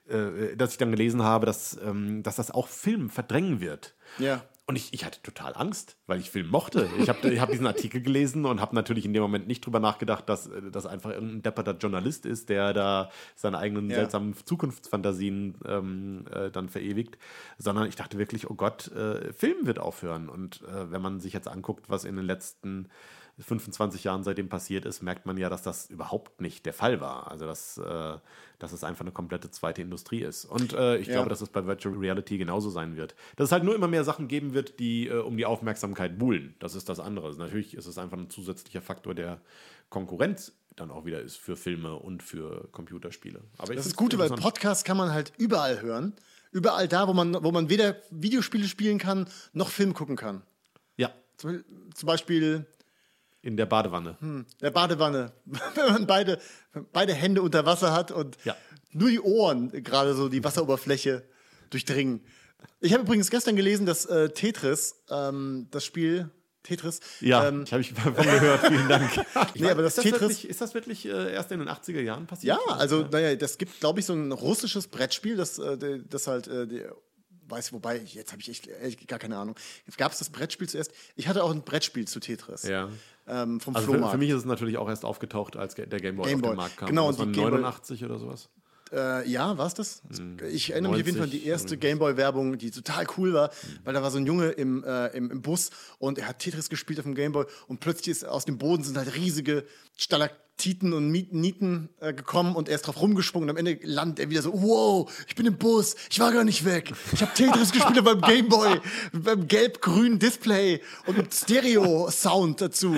äh, dass ich dann gelesen habe, dass, ähm, dass das auch Film verdrängen wird.
Ja.
Und ich, ich hatte total Angst, weil ich Film mochte. Ich habe ich hab diesen Artikel gelesen und habe natürlich in dem Moment nicht drüber nachgedacht, dass äh, das einfach irgendein depperter Journalist ist, der da seine eigenen
Ja.
seltsamen Zukunftsfantasien ähm, äh, dann verewigt, sondern ich dachte wirklich, oh Gott, äh, Film wird aufhören. Und äh, wenn man sich jetzt anguckt, was in den letzten 25 Jahren seitdem passiert ist, merkt man ja, dass das überhaupt nicht der Fall war. Also, dass, äh, dass es einfach eine komplette zweite Industrie ist. Und äh, ich
Ja.
glaube, dass es bei Virtual Reality genauso sein wird. Dass es halt nur immer mehr Sachen geben wird, die äh, um die Aufmerksamkeit buhlen. Das ist das andere. Also, Natürlich ist es einfach ein zusätzlicher Faktor der Konkurrenz dann auch wieder ist für Filme und für Computerspiele. Aber ich
Das ist
find's
gut, weil
interessant.
Podcasts kann man halt überall hören. Überall da, wo man, wo man weder Videospiele spielen kann, noch Film gucken kann.
Ja,
Zum, zum Beispiel
in der Badewanne.
in der Badewanne, wenn man beide, beide Hände unter Wasser hat und
Ja.
nur die Ohren gerade so die Wasseroberfläche durchdringen. Ich habe übrigens gestern gelesen, dass äh, Tetris, ähm, das Spiel Tetris,
Ja,
ähm,
ich habe ich von gehört. Vielen Dank.
Nee, aber das
ist, das
Tetris-
wirklich, ist das wirklich äh, erst in den 80er Jahren passiert?
Ja, also naja, das gibt, glaube ich, so ein russisches Brettspiel, das, äh, de- das halt, äh, de- weiß wobei, jetzt habe ich echt ehrlich, gar keine Ahnung. Gab es das Brettspiel zuerst? Ich hatte auch ein Brettspiel zu Tetris.
Ja.
Ähm, vom
Also für,
Flohmarkt.
für mich ist es natürlich auch erst aufgetaucht, als ge- der Gameboy
Game
auf
Boy.
den Markt kam.
Genau,
das
und
war
die Game Boy-
89 oder sowas.
Äh, ja, war es das?
Hm.
Ich erinnere mich auf jeden Fall an die
90,
erste Gameboy-Werbung, die total cool war,
Hm.
weil da war so ein Junge im, äh, im, im Bus und er hat Tetris gespielt auf dem Gameboy und plötzlich ist aus dem Boden sind halt riesige Stalak Titen und Miet- Nieten äh, gekommen und er ist drauf rumgesprungen. Und am Ende landet er wieder so: Wow, ich bin im Bus, ich war gar nicht weg. Ich habe Tetris gespielt auf meinem Gameboy, mit meinem gelb-grünen Display und mit Stereo-Sound dazu.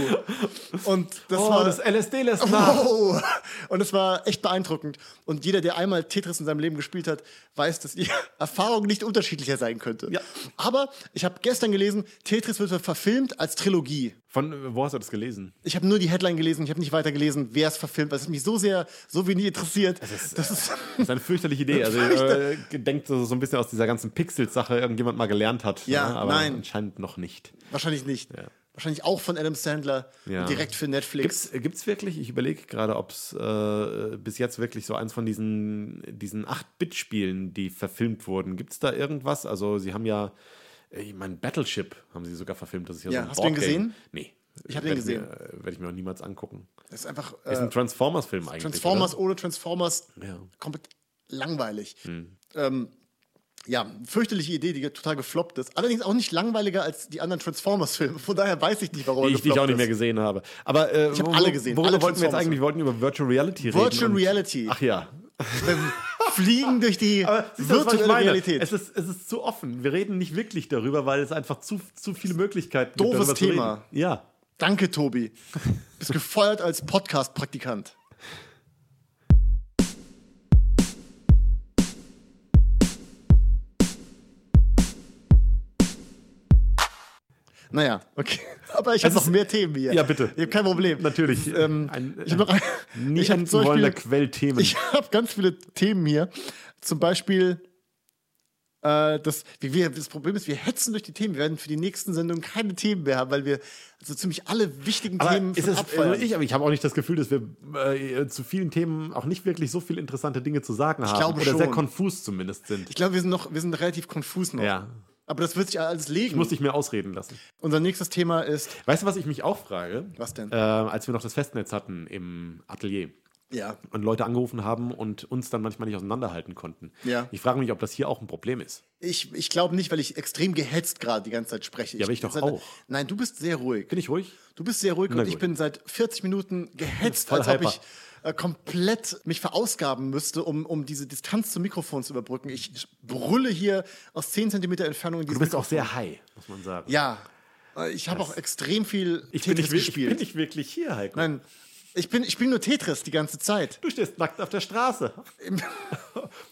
Und das
Oh,
war
das LSD lässt nach.
Wow! Und es war echt beeindruckend. Und jeder, der einmal Tetris in seinem Leben gespielt hat, weiß, dass die Erfahrung nicht unterschiedlicher sein könnte.
Ja.
Aber ich habe gestern gelesen, Tetris wird verfilmt als Trilogie.
Von wo hast du das gelesen?
Ich habe nur die Headline gelesen, ich habe nicht weiter gelesen, wer es verfilmt, weil es mich so sehr, so wenig interessiert. Das ist,
Das ist äh, eine fürchterliche Idee. Also äh, denkt so so ein bisschen aus dieser ganzen Pixels-Sache, irgendjemand mal gelernt hat.
Ja,
ne? aber
nein.
anscheinend noch nicht.
wahrscheinlich nicht. Wahrscheinlich auch von Adam Sandler
Ja.
und direkt für Netflix.
Gibt's, gibt's wirklich, ich überlege gerade, ob es äh, bis jetzt wirklich so eins von diesen, diesen 8-Bit-Spielen, die verfilmt wurden, gibt es da irgendwas? Also sie haben ja, äh, ich meine, Battleship haben sie sogar verfilmt. Das ist ja,
Ja,
so ein
hast du den
Boardgame.
gesehen?
Nee.
Ich hab den
Werd
gesehen.
Mir, werde ich mir auch niemals angucken.
Das ist einfach äh,
ist ein Transformers-Film eigentlich.
Transformers ohne Transformers
Oder? Ja. Hm.
komplett langweilig. Ähm, ja, fürchterliche Idee, die total gefloppt ist. Allerdings auch nicht langweiliger als die anderen Transformers-Filme. Von daher weiß ich nicht, warum er
Die ich, die ich auch
oh, gefloppt
nicht mehr
ist.
gesehen habe. Aber äh,
hab
wo-
alle gesehen,
Worüber
alle
wollten wir jetzt
Transformers.
eigentlich? Wir wollten über Virtual Reality reden.
Virtual
und-
Reality.
Ach ja.
Fliegen durch die
Siehst du, was ich
virtuelle
meine?
Realität.
Es ist, es ist zu offen. Wir reden nicht wirklich darüber, weil es einfach zu, zu viele Möglichkeiten gibt.
Doofes
darüber zu
Thema.
reden. Ja.
Danke, Tobi. Bist gefeuert als Podcast-Praktikant. Naja, okay. Aber ich habe
Es
noch
ist-
mehr Themen hier.
Ja, bitte.
Ich habe kein Problem.
Natürlich.
Ähm,
Ein- äh,
ich habe noch
Nie
ich hab
enden
zum Beispiel-
wollender Quellthemen.
Ich habe ganz viele Themen hier. Zum Beispiel, äh, das, wie wir, das Problem ist, wir hetzen durch die Themen. Wir werden für die nächsten Sendungen keine Themen mehr haben, weil wir so ziemlich alle wichtigen
aber
Themen
ist
schon
es,
abfeiern.
also ich, aber ich habe auch nicht das Gefühl, dass wir äh, zu vielen Themen auch nicht wirklich so viele interessante Dinge zu sagen haben.
glaube
oder sehr
schon.
konfus zumindest sind.
Ich glaube, wir sind noch, wir sind relativ konfus noch.
Ja.
Aber das wird sich alles
Ich
legen.
muss dich mehr ausreden lassen.
Unser nächstes Thema ist,
Weißt du, was ich mich auch frage?
Was denn?
Äh, als wir noch das Festnetz hatten im Atelier.
ja,
und Leute angerufen haben und uns dann manchmal nicht auseinanderhalten konnten.
Ja.
Ich frage mich, ob das hier auch ein Problem ist.
ich, ich glaube nicht, weil ich extrem gehetzt gerade die ganze Zeit spreche.
Ja, aber ich doch
seit-
auch.
Nein, du bist sehr ruhig.
Bin ich ruhig?
Du bist sehr ruhig
Na
und ich
gut.
bin seit 40 Minuten gehetzt,
Voll
als ob
hyper.
ich äh, komplett mich verausgaben müsste, um, um diese Distanz zum Mikrofon zu überbrücken. Ich brülle hier aus 10 Zentimeter Entfernung in
Du
dieses
bist auch sehr high, muss man sagen.
Ja, Äh, ich habe auch extrem viel
ich, bin
Tetris
nicht, ich
gespielt.
bin nicht wirklich hier, Heiko.
Nein, ich bin, ich bin nur Tetris die ganze Zeit.
Du stehst nackt auf der Straße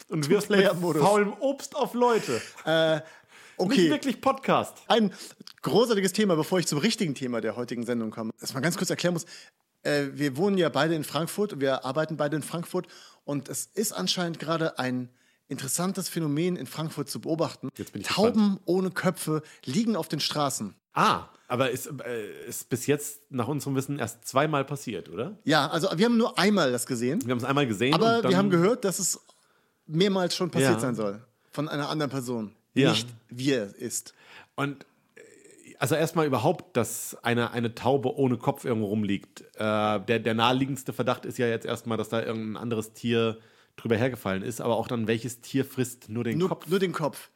und wirfst mit
Player-Modus.
faulem Obst auf Leute. Nicht
Okay.
wirklich Podcast.
Ein großartiges Thema, bevor ich zum richtigen Thema der heutigen Sendung komme, dass man ganz kurz erklären muss. Äh, wir wohnen ja beide in Frankfurt und wir arbeiten beide in Frankfurt und es ist anscheinend gerade ein interessantes Phänomen in Frankfurt zu beobachten.
Jetzt bin ich
Tauben ohne Köpfe liegen auf den Straßen.
Ah, aber ist, äh, ist bis jetzt nach unserem Wissen erst zweimal passiert, oder?
Ja, also wir haben nur einmal das gesehen,
Wir haben es einmal gesehen.
aber
und dann,
wir haben gehört, dass es mehrmals schon passiert
Ja.
sein soll von einer anderen Person, die
Ja.
nicht wir ist.
Und äh, also erstmal überhaupt, dass eine, eine Taube ohne Kopf irgendwo rumliegt. Äh, der, der naheliegendste Verdacht ist ja jetzt erstmal, dass da irgendein anderes Tier drüber hergefallen ist, aber auch dann, welches Tier frisst nur den
Nur,
Kopf?
nur den Kopf.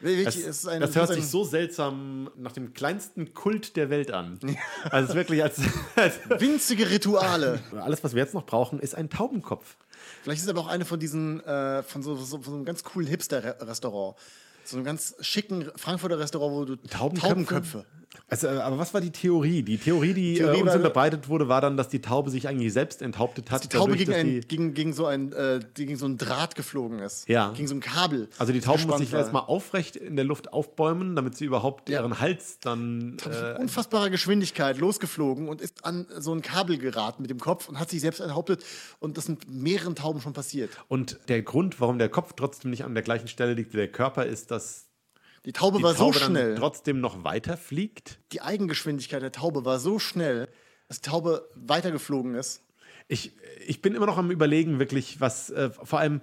Wirklich,
das,
es ist ein-
das
es
hört
ist ein-
sich so seltsam nach dem kleinsten Kult der Welt an. Also es ist wirklich als, als
winzige Rituale.
alles, was wir jetzt noch brauchen, ist ein Taubenkopf.
Vielleicht ist aber auch eine von diesen, äh, von, so, so, von so einem ganz coolen Hipster-Restaurant. So einem ganz schicken Frankfurter Restaurant, wo du Taubenköpfe.
Also, äh, aber was war die Theorie? Die Theorie, die
Theorie
äh, uns
war-
unterbreitet wurde, war dann, dass die Taube sich eigentlich selbst enthauptet hat.
Die Taube
dadurch,
gegen,
dass
ein,
die-
gegen, gegen, so ein, äh, die gegen so einen Draht geflogen ist.
Ja.
Gegen so ein Kabel.
Also die Taube muss sich
Gespannt war.
erstmal aufrecht in der Luft aufbäumen, damit sie überhaupt
Ja.
ihren Hals dann. Äh,
Unfassbarer Geschwindigkeit losgeflogen und ist an so ein Kabel geraten mit dem Kopf und hat sich selbst enthauptet. Und das sind mehreren Tauben schon passiert.
und der Grund, warum der Kopf trotzdem nicht an der gleichen Stelle liegt wie der Körper, ist, dass
Die Taube
die
war
Taube
so
dann
schnell.
trotzdem noch weiter fliegt.
Die Eigengeschwindigkeit der Taube war so schnell, dass die Taube weitergeflogen ist.
Ich, ich bin immer noch am Überlegen, wirklich, was äh, vor allem.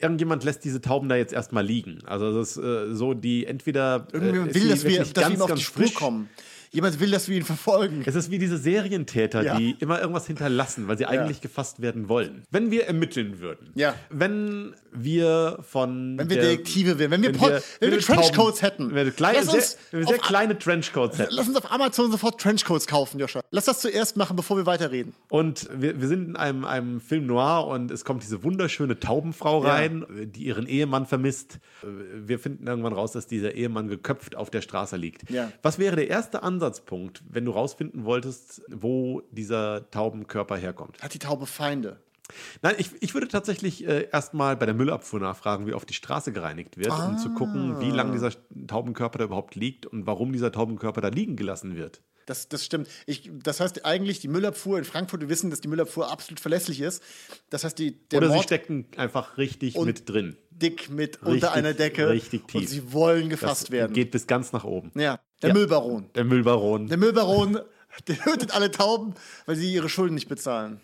Irgendjemand lässt diese Tauben da jetzt erstmal liegen. Also das ist äh, so, die entweder äh,
Irgendjemand
ist
will,
Äh, sie
dass wir,
wirklich
dass wir ihm auf die Spur
frisch,
kommen. Jemand will, dass wir ihn verfolgen.
Es ist wie diese Serientäter,
Ja.
die immer irgendwas hinterlassen, weil sie eigentlich gefasst werden wollen. Wenn wir ermitteln würden,
Ja.
wenn wir von.
Wenn wir Detektive wären, wenn wir, Pol- wenn wir,
Tauben-
Trenchcoats hätten.
Wenn wir, klein,
lass,
sehr,
uns
wenn wir sehr
auf,
kleine Trenchcoats hätten.
lass uns auf Amazon sofort Trenchcoats kaufen, Joscha. Lass das zuerst machen, bevor wir weiterreden.
Und wir, wir sind in einem, einem Film noir und es kommt diese wunderschöne Taubenfrau
Ja.
rein, die ihren Ehemann vermisst. Wir finden irgendwann raus, dass dieser Ehemann geköpft auf der Straße liegt.
Ja.
Was wäre der erste Ansatzpunkt, wenn du rausfinden wolltest, wo dieser Taubenkörper herkommt?
Hat die Taube Feinde.
Nein, ich, ich würde tatsächlich äh, erstmal bei der Müllabfuhr nachfragen, wie oft die Straße gereinigt wird, um zu gucken,
Ah.
wie lange dieser Taubenkörper da überhaupt liegt und warum dieser Taubenkörper da liegen gelassen wird.
Das, das stimmt. Ich, das heißt eigentlich, die Müllabfuhr in Frankfurt, wir wissen, dass die Müllabfuhr absolut verlässlich ist. Das heißt, die, der
Oder sie
Mord
stecken einfach richtig
Und
mit drin.
dick mit
Richtig,
unter einer Decke
richtig tief.
und sie wollen
Das
gefasst werden.
Geht bis ganz nach oben.
Ja, der
Ja.
Müllbaron.
Der Müllbaron.
Der Müllbaron, der tötet alle Tauben, weil sie ihre Schulden nicht bezahlen.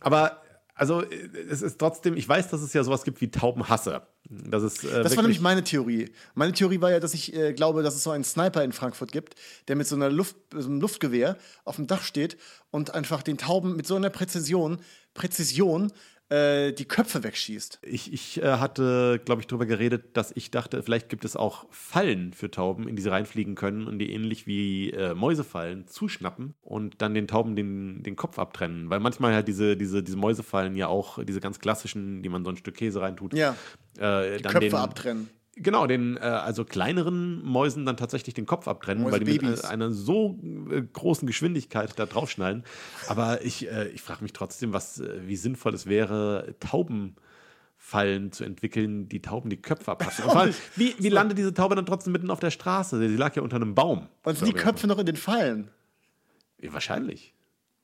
Aber also äh, es ist trotzdem, ich weiß, dass es ja sowas gibt wie Taubenhasser. Das ist äh,
Das war
wirklich-
nämlich meine Theorie. Meine Theorie war ja, dass ich äh, glaube, dass es so einen Sniper in Frankfurt gibt, der mit so, einer Luft, so einem Luftgewehr auf dem Dach steht und einfach den Tauben mit so einer Präzision, Präzision äh, die Köpfe wegschießt.
ich, ich äh, hatte, glaube ich, darüber geredet, dass ich dachte, vielleicht gibt es auch Fallen für Tauben, in die sie reinfliegen können und die ähnlich wie äh, Mäusefallen zuschnappen und dann den Tauben den, den Kopf abtrennen. Weil manchmal halt diese, diese, diese Mäusefallen ja auch, diese ganz klassischen, die man so ein Stück Käse reintut,
Ja.
äh, dann
Köpfe
den,
abtrennen.
Genau, den äh, also kleineren Mäusen dann tatsächlich den Kopf abtrennen,
Mäuse
weil die mit
Babys.
äh, einer so äh, großen Geschwindigkeit da draufschneiden. Aber ich, äh, ich frage mich trotzdem, was, äh, wie sinnvoll es wäre, Taubenfallen zu entwickeln, die Tauben die Köpfe abpassen. Und vor allem, wie, wie landet diese Taube dann trotzdem mitten auf der Straße? Sie lag ja unter einem Baum.
Und sind die Köpfe noch in den Fallen.
Ja, wahrscheinlich.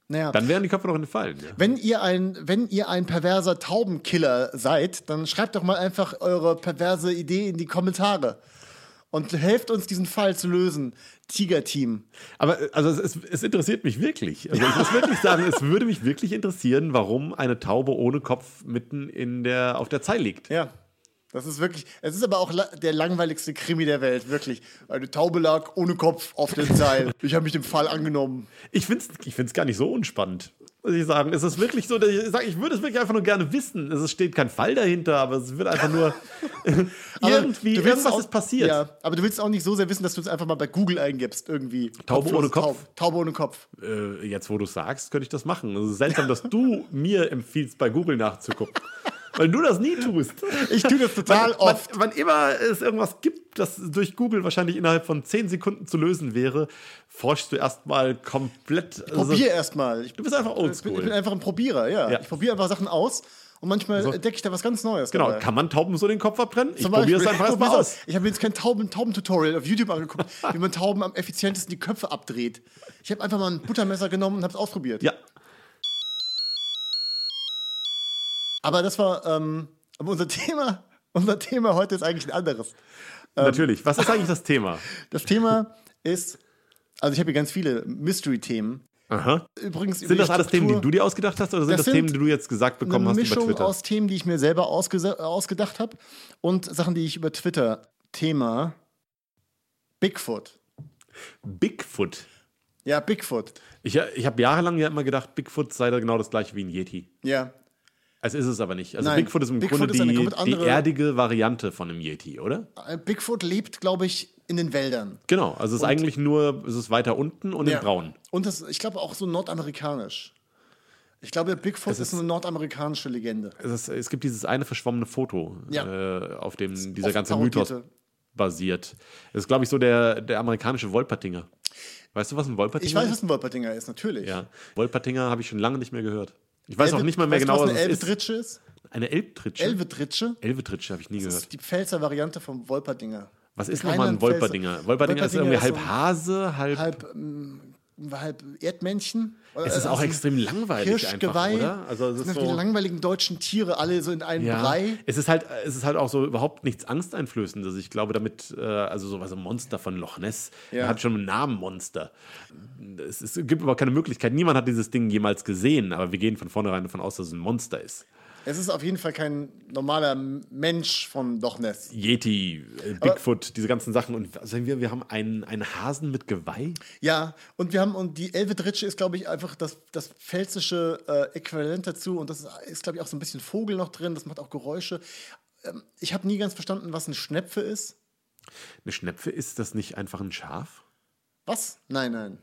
Naja.
Dann wären die Köpfe noch in den Fallen. Ja.
Wenn ihr, ein, wenn ihr ein perverser Taubenkiller seid, dann schreibt doch mal einfach eure perverse Idee in die Kommentare. Und helft uns, diesen Fall zu lösen. Tiger-Team.
Aber äh, also es, es, es interessiert mich wirklich. Also ich muss wirklich sagen, es würde mich wirklich interessieren, warum eine Taube ohne Kopf mitten in der, auf der Zeil liegt.
Ja. Das ist wirklich, es ist aber auch la der langweiligste Krimi der Welt, wirklich. Eine Taube lag ohne Kopf auf dem Seil. Ich habe mich dem Fall angenommen.
Ich finde es ich find's gar nicht so unspannend, muss ich sagen. Es ist wirklich so, dass ich sage, ich würde es wirklich einfach nur gerne wissen. Es steht kein Fall dahinter, aber es wird einfach nur
Aber du
irgendwie,
willst
irgendwas
auch-
ist passiert.
Ja, aber du willst auch nicht so sehr wissen, dass du es einfach mal bei Google eingibst, irgendwie.
Taube ohne Kopf?
Taube, Taube ohne Kopf.
Äh, jetzt, wo du sagst, könnte ich das machen. Es ist seltsam, dass du mir empfiehlst, bei Google nachzugucken. Weil du das nie tust.
Ich tue das total
wann,
oft.
Wann, wann immer es irgendwas gibt, das durch Google wahrscheinlich innerhalb von 10 Sekunden zu lösen wäre, forschst du erstmal komplett. also-
Probier erst mal. Ich
Du bist einfach
Ich bin, ich
oldschool.
bin einfach ein Probierer, ja.
Ja.
Ich probiere einfach Sachen aus und manchmal
So.
entdecke ich da was ganz Neues.
Genau,
dabei.
kann man Tauben so den Kopf verbrennen? Ich
Zum
probiere es
Beispiel-
einfach erstmal
Probier's
aus.
Ich habe mir jetzt kein Tauben- Tauben-Tutorial auf YouTube angeguckt, wie man Tauben am effizientesten die Köpfe abdreht. Ich habe einfach mal ein Buttermesser genommen und habe es ausprobiert.
Ja,
Aber das war ähm, aber unser Thema. Unser Thema heute ist eigentlich ein anderes. Ähm.
natürlich. Was ist eigentlich das Thema?
Das Thema ist, also ich habe hier ganz viele Mystery-Themen.
Aha.
Übrigens über
Sind
die
das alles Themen,
Struktur-
die du dir ausgedacht hast, oder sind
Das
das,
sind
Themen, die du jetzt gesagt bekommen
eine
hast über
Mischung
Twitter?
aus Themen, die ich mir selber ausgese- äh, ausgedacht habe und Sachen, die ich über Twitter Thema Bigfoot.
Bigfoot.
Ja, Bigfoot.
Ich, ich habe jahrelang ja immer gedacht, Bigfoot sei da genau das gleiche wie ein Yeti.
Ja.
Also ist es aber nicht. Also
Nein,
Bigfoot ist im
Bigfoot
Grunde
ist eine
die,
komplett andere-
die erdige Variante von einem Yeti, oder?
Äh, Bigfoot lebt, glaube ich, in den Wäldern.
Genau. Also es ist eigentlich nur, es ist weiter unten und
Ja.
in Braun.
Und das, ich glaube auch so nordamerikanisch. Ich glaube, der Bigfoot ist, eine nordamerikanische Legende.
Es, ist, es gibt dieses eine verschwommene Foto,
Ja.
äh, auf dem dieser
oft
ganze
parodierte.
Mythos basiert. Das ist, glaube ich, so der, der amerikanische Wolpertinger. Weißt du, was ein Wolpertinger
Ich weiß,
ist?
was ein Wolpertinger ist, natürlich.
Ja. Wolpertinger habe ich schon lange nicht mehr gehört. Ich weiß auch
Elbe-
nicht mal mehr
weißt du,
genau,
was
was
eine
es ist.
Elbetritsche ist.
Eine Elbtritsche?
Elbetritsche
Elbetritsche habe ich nie
das
gehört.
ist die Pfälzer Variante vom Wolperdinger.
Was ist nochmal ein Wolperdinger?
Rheinland-Pfälzer-
Wolperdinger ist irgendwie halb
so ein-
Hase, halb.
halb, ähm, halb Erdmännchen. Oder,
es ist
äh,
auch
so
extrem langweilig einfach,
Kirschgeweih.
oder? Also es
Das
ist
sind halt die
so.
langweiligen deutschen Tiere alle so in einen
Ja,
Brei.
es ist halt, es ist halt auch so überhaupt nichts Angsteinflößendes. Ich glaube, damit, äh, also so was ein Monster von Loch Ness,
Ja.
hat schon einen Namen Monster. Es, ist, es gibt überhaupt keine Möglichkeit. Niemand hat dieses Ding jemals gesehen, aber wir gehen von vornherein davon aus, dass es ein Monster ist.
Es ist auf jeden Fall kein normaler Mensch von Loch Ness.
Yeti, äh, Bigfoot, diese ganzen Sachen. Und sagen wir, wir haben einen, einen Hasen mit Geweih.
Ja, und wir haben, und die Elvedritsche ist, glaube ich, einfach das, das pfälzische äh, Äquivalent dazu. Und das ist, glaube ich, auch so ein bisschen Vogel noch drin. Das macht auch Geräusche. Ähm, ich habe nie ganz verstanden, was ein Schnepfe ist.
Eine Schnepfe, ist das nicht einfach ein Schaf?
Was? Nein, nein.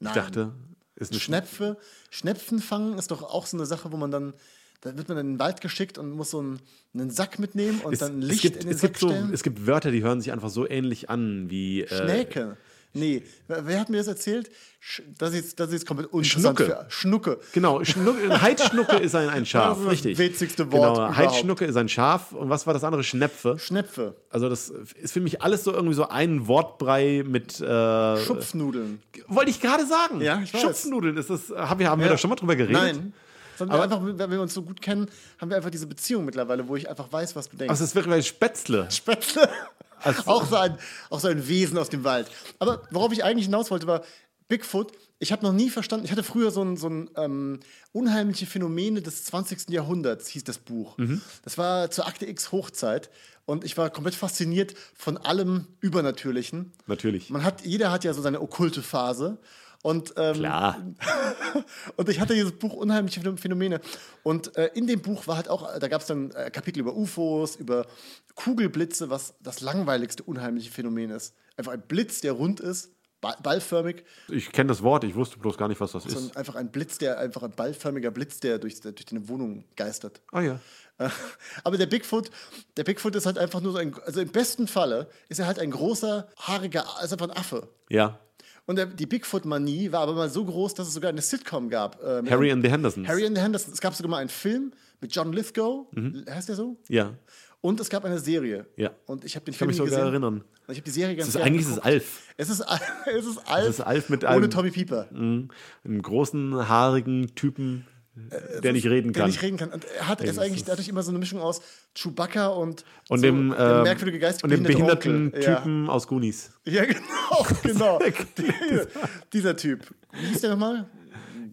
Nein.
Ich dachte, ist eine Schnepfe.
Schnepfe, Schnepfen fangen ist doch auch so eine Sache, wo man dann, da wird man in den Wald geschickt und muss so einen, einen Sack mitnehmen und dann Licht
gibt,
in den
es,
Sack
gibt so,
stellen.
es gibt Wörter, die hören sich einfach so ähnlich an wie. äh,
Schnäke. Nee, wer wer hat mir das erzählt? Sch- Das ist, das ist komplett uninteressant.
Schnucke.
Für, Schnucke.
Genau, Schnucke, Heidschnucke ist ein, ein Schaf,
Das ist das
richtig.
witzigste Wort
Genau,
überhaupt.
Heidschnucke ist ein Schaf und was war das andere? Schnepfe.
Schnepfe.
Also das ist für mich alles so irgendwie so ein Wortbrei mit. Äh,
Schupfnudeln.
wollte ich gerade sagen.
Ja, ich weiß.
Schupfnudeln ist das. Haben wir, haben wir da schon mal drüber geredet?
Nein. Sondern wir einfach, weil wir uns so gut kennen, haben wir einfach diese Beziehung mittlerweile, wo ich einfach weiß, was du denkst.
Also es wäre vielleicht Spätzle.
Spätzle. auch, so ein, auch so ein Wesen aus dem Wald. Aber worauf ich eigentlich hinaus wollte, war Bigfoot. Ich habe noch nie verstanden, ich hatte früher so ein, so ein ähm, unheimliche Phänomene des 20. Jahrhunderts, hieß das Buch.
Mhm.
Das war zur Akte X Hochzeit und ich war komplett fasziniert von allem Übernatürlichen.
Natürlich.
Man hat, jeder hat ja so seine okkulte Phase. Und, ähm,
Klar.
und ich hatte dieses Buch Unheimliche Phän- Phänomene. Und äh, in dem Buch war halt auch, äh, da gab es dann äh, Kapitel über UFOs, über Kugelblitze, was das langweiligste unheimliche Phänomen ist. Einfach ein Blitz, der rund ist, ba- ballförmig.
Ich kenne das Wort, ich wusste bloß gar nicht, was das ist.
Und einfach ein Blitz, der einfach ein ballförmiger Blitz, der durch, der durch deine Wohnung geistert.
Ah ja.
Äh, Aber der Bigfoot, der Bigfoot ist halt einfach nur so ein, also im besten Falle ist er halt ein großer, haariger, ist einfach ein Affe.
Ja.
Und der, die Bigfoot-Manie war aber mal so groß, dass es sogar eine Sitcom gab. Ähm,
Harry and the Hendersons.
Harry and the Hendersons. Es gab sogar mal einen Film mit John Lithgow, heißt der so?
ja.
Und es gab eine Serie.
Mhm. Ja.
Und ich habe den
Ich
Film
kann mich
nie
sogar
gesehen.
erinnern.
Und Ich habe die Serie ganz
Das ist,
gerne
eigentlich ist es
geguckt.
Alf.
Es ist Alf. Es ist Alf.
Es ist Alf mit
ohne
einem-
Tommy Pieper,
Mhm. Einen großen, haarigen Typen, der nicht reden
Äh, der
kann.
nicht reden kann. Und er hat es
es
eigentlich
ist-
dadurch immer so eine Mischung aus Chewbacca und,
und
so
dem, äh,
merkwürdigen Geist
und dem behinderten
Onkel.
Typen aus Goonies.
Ja, ja genau, genau. dieser, dieser Typ. Wie hieß der nochmal?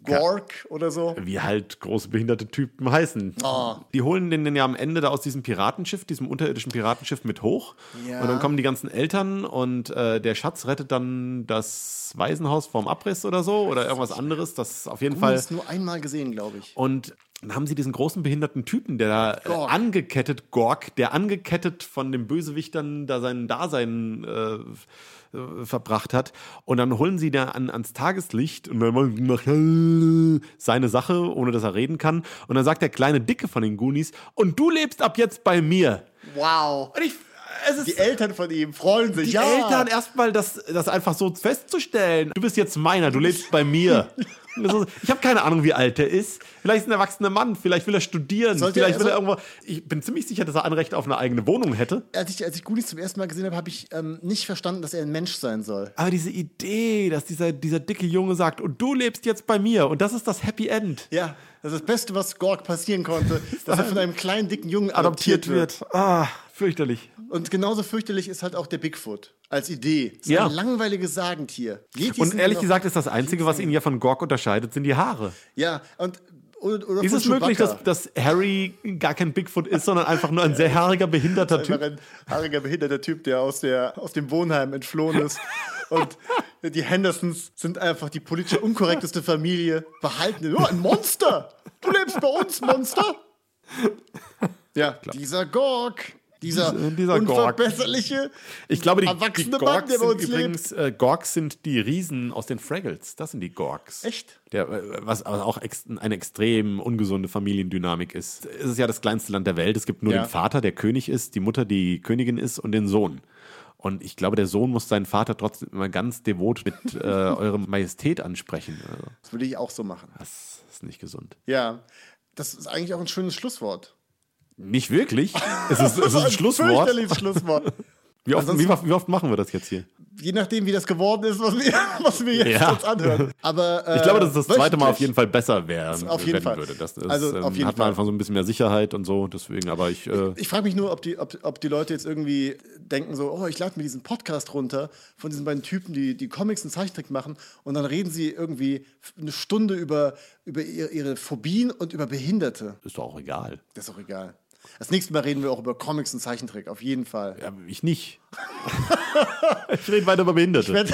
Gork oder so.
Wie halt große behinderte Typen heißen.
Oh.
Die holen den dann ja am Ende da aus diesem Piratenschiff, diesem unterirdischen Piratenschiff mit hoch.
Ja.
Und dann kommen die ganzen Eltern und äh, der Schatz rettet dann das Waisenhaus vom Abriss oder so oder irgendwas anderes. Das auf jeden Fall.
Das nur einmal gesehen, glaube ich.
Und dann haben sie diesen großen behinderten Typen, der da äh,
Gorg.
angekettet, Gorg, der angekettet von den Bösewichtern da sein Dasein äh, f- äh, verbracht hat. Und dann holen sie da an, ans Tageslicht und dann macht er äh, seine Sache, ohne dass er reden kann. Und dann sagt der kleine Dicke von den Goonies, und du lebst ab jetzt bei mir.
Wow.
Und ich, es ist
Die Eltern von ihm freuen sich.
die
ja.
Eltern erstmal das, das einfach so festzustellen. Du bist jetzt meiner, du lebst bei mir. Und so, Ich habe keine Ahnung, wie alt er ist. Vielleicht ist ein erwachsener Mann, vielleicht will er studieren,
Sollte
vielleicht
er-
will er
soll-
irgendwo. Ich bin ziemlich sicher, dass er Anrecht auf eine eigene Wohnung hätte.
Als ich, als ich Goonies zum ersten Mal gesehen habe, habe ich ähm, nicht verstanden, dass er ein Mensch sein soll.
Aber diese Idee, dass dieser, dieser dicke Junge sagt, und du lebst jetzt bei mir, und das ist das Happy End,
Ja, das ist das Beste, was Gork passieren konnte, dass er von einem kleinen, dicken Jungen
adoptiert wird. Ah, fürchterlich.
Und genauso fürchterlich ist halt auch der Bigfoot als Idee. Ist
Ja.
ein langweiliges Sagentier. Jetis
Und
sind
ehrlich
noch-
gesagt ist das Einzige, was ihn ja von Gork unterscheidet, sind die Haare.
Ja, und. Oder, oder
Ist
von
es möglich,
Chewbacca.
dass, dass Harry gar kein Bigfoot ist, sondern einfach nur ein sehr haariger, behinderter Typ?
Einfach ein haariger, behinderter Typ, der aus, der aus dem Wohnheim entflohen ist. Und die Hendersons sind einfach die politisch unkorrekteste Familie. Behalten. Oh, ein Monster! Du lebst bei uns, Monster! Ja, dieser Gork. Dieser,
Dieser- dieser Gork.
unverbesserliche,
Ich glaube, die, die
erwachsene Mann,
Gorks
der bei
sind
uns lebt.
übrigens, äh, Gorks sind die Riesen aus den Fraggles. Das sind die Gorks.
Echt?
Der, äh, was aber auch ex eine extrem ungesunde Familiendynamik ist. Es ist ja das kleinste Land der Welt. Es gibt nur
Ja.
den Vater, der König ist, die Mutter, die Königin ist und den Sohn. Und ich glaube, der Sohn muss seinen Vater trotzdem immer ganz devot mit äh, eurem Majestät ansprechen. Also,
Das würde ich auch so machen.
das ist nicht gesund.
Ja, das ist eigentlich auch ein schönes Schlusswort.
Nicht wirklich. Es ist, es ist ein
Ein
Schlusswort.
fürchterliches Schlusswort. Also
Wie oft, wie, oft- wie oft machen wir das jetzt hier?
je nachdem, wie das geworden ist, was wir, was wir jetzt
Ja.
uns anhören. Aber, äh,
Ich glaube, dass es das zweite Mal auf
wöchentlich.
jeden Fall besser wäre,
auf jeden
werden
Fall.
würde. Das ist,
Also,
ähm,
auf jeden
hat man
Fall.
einfach so ein bisschen mehr Sicherheit und so. Deswegen, aber ich, äh,
Ich frage mich nur, ob die, ob, ob die Leute jetzt irgendwie denken so, oh, ich lade mir diesen Podcast runter von diesen beiden Typen, die, die Comics und Zeichentrick machen und dann reden sie irgendwie eine Stunde über, über ihre, ihre Phobien und über Behinderte.
ist doch auch egal.
Das ist auch egal. Das nächste Mal reden wir auch über Comics und Zeichentrick, auf jeden Fall.
Ja, ich nicht. ich rede weiter über Behinderte.
Mit,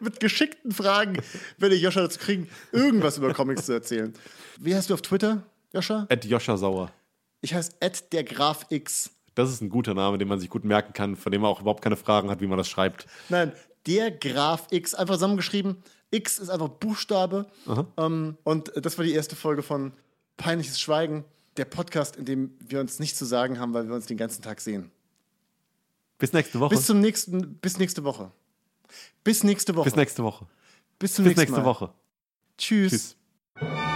mit geschickten Fragen werde ich Joscha dazu kriegen, irgendwas über Comics zu erzählen. Wie heißt du auf Twitter, Joscha?
Ed Joscha Sauer.
Ich heiße Ed der Graf X.
Das ist ein guter Name, den man sich gut merken kann, von dem man auch überhaupt keine Fragen hat, wie man das schreibt.
Nein, der Graf X, einfach zusammengeschrieben. X ist einfach Buchstabe. Ähm, und das war die erste Folge von Peinliches Schweigen, der Podcast, in dem wir uns nichts zu sagen haben, weil wir uns den ganzen Tag sehen.
Bis nächste Woche.
Bis zum nächsten, bis nächste Woche. Bis nächste Woche.
Bis nächste Woche.
Bis zum
Bis
nächsten
nächste
Mal.
Woche.
Tschüss.
Tschüss.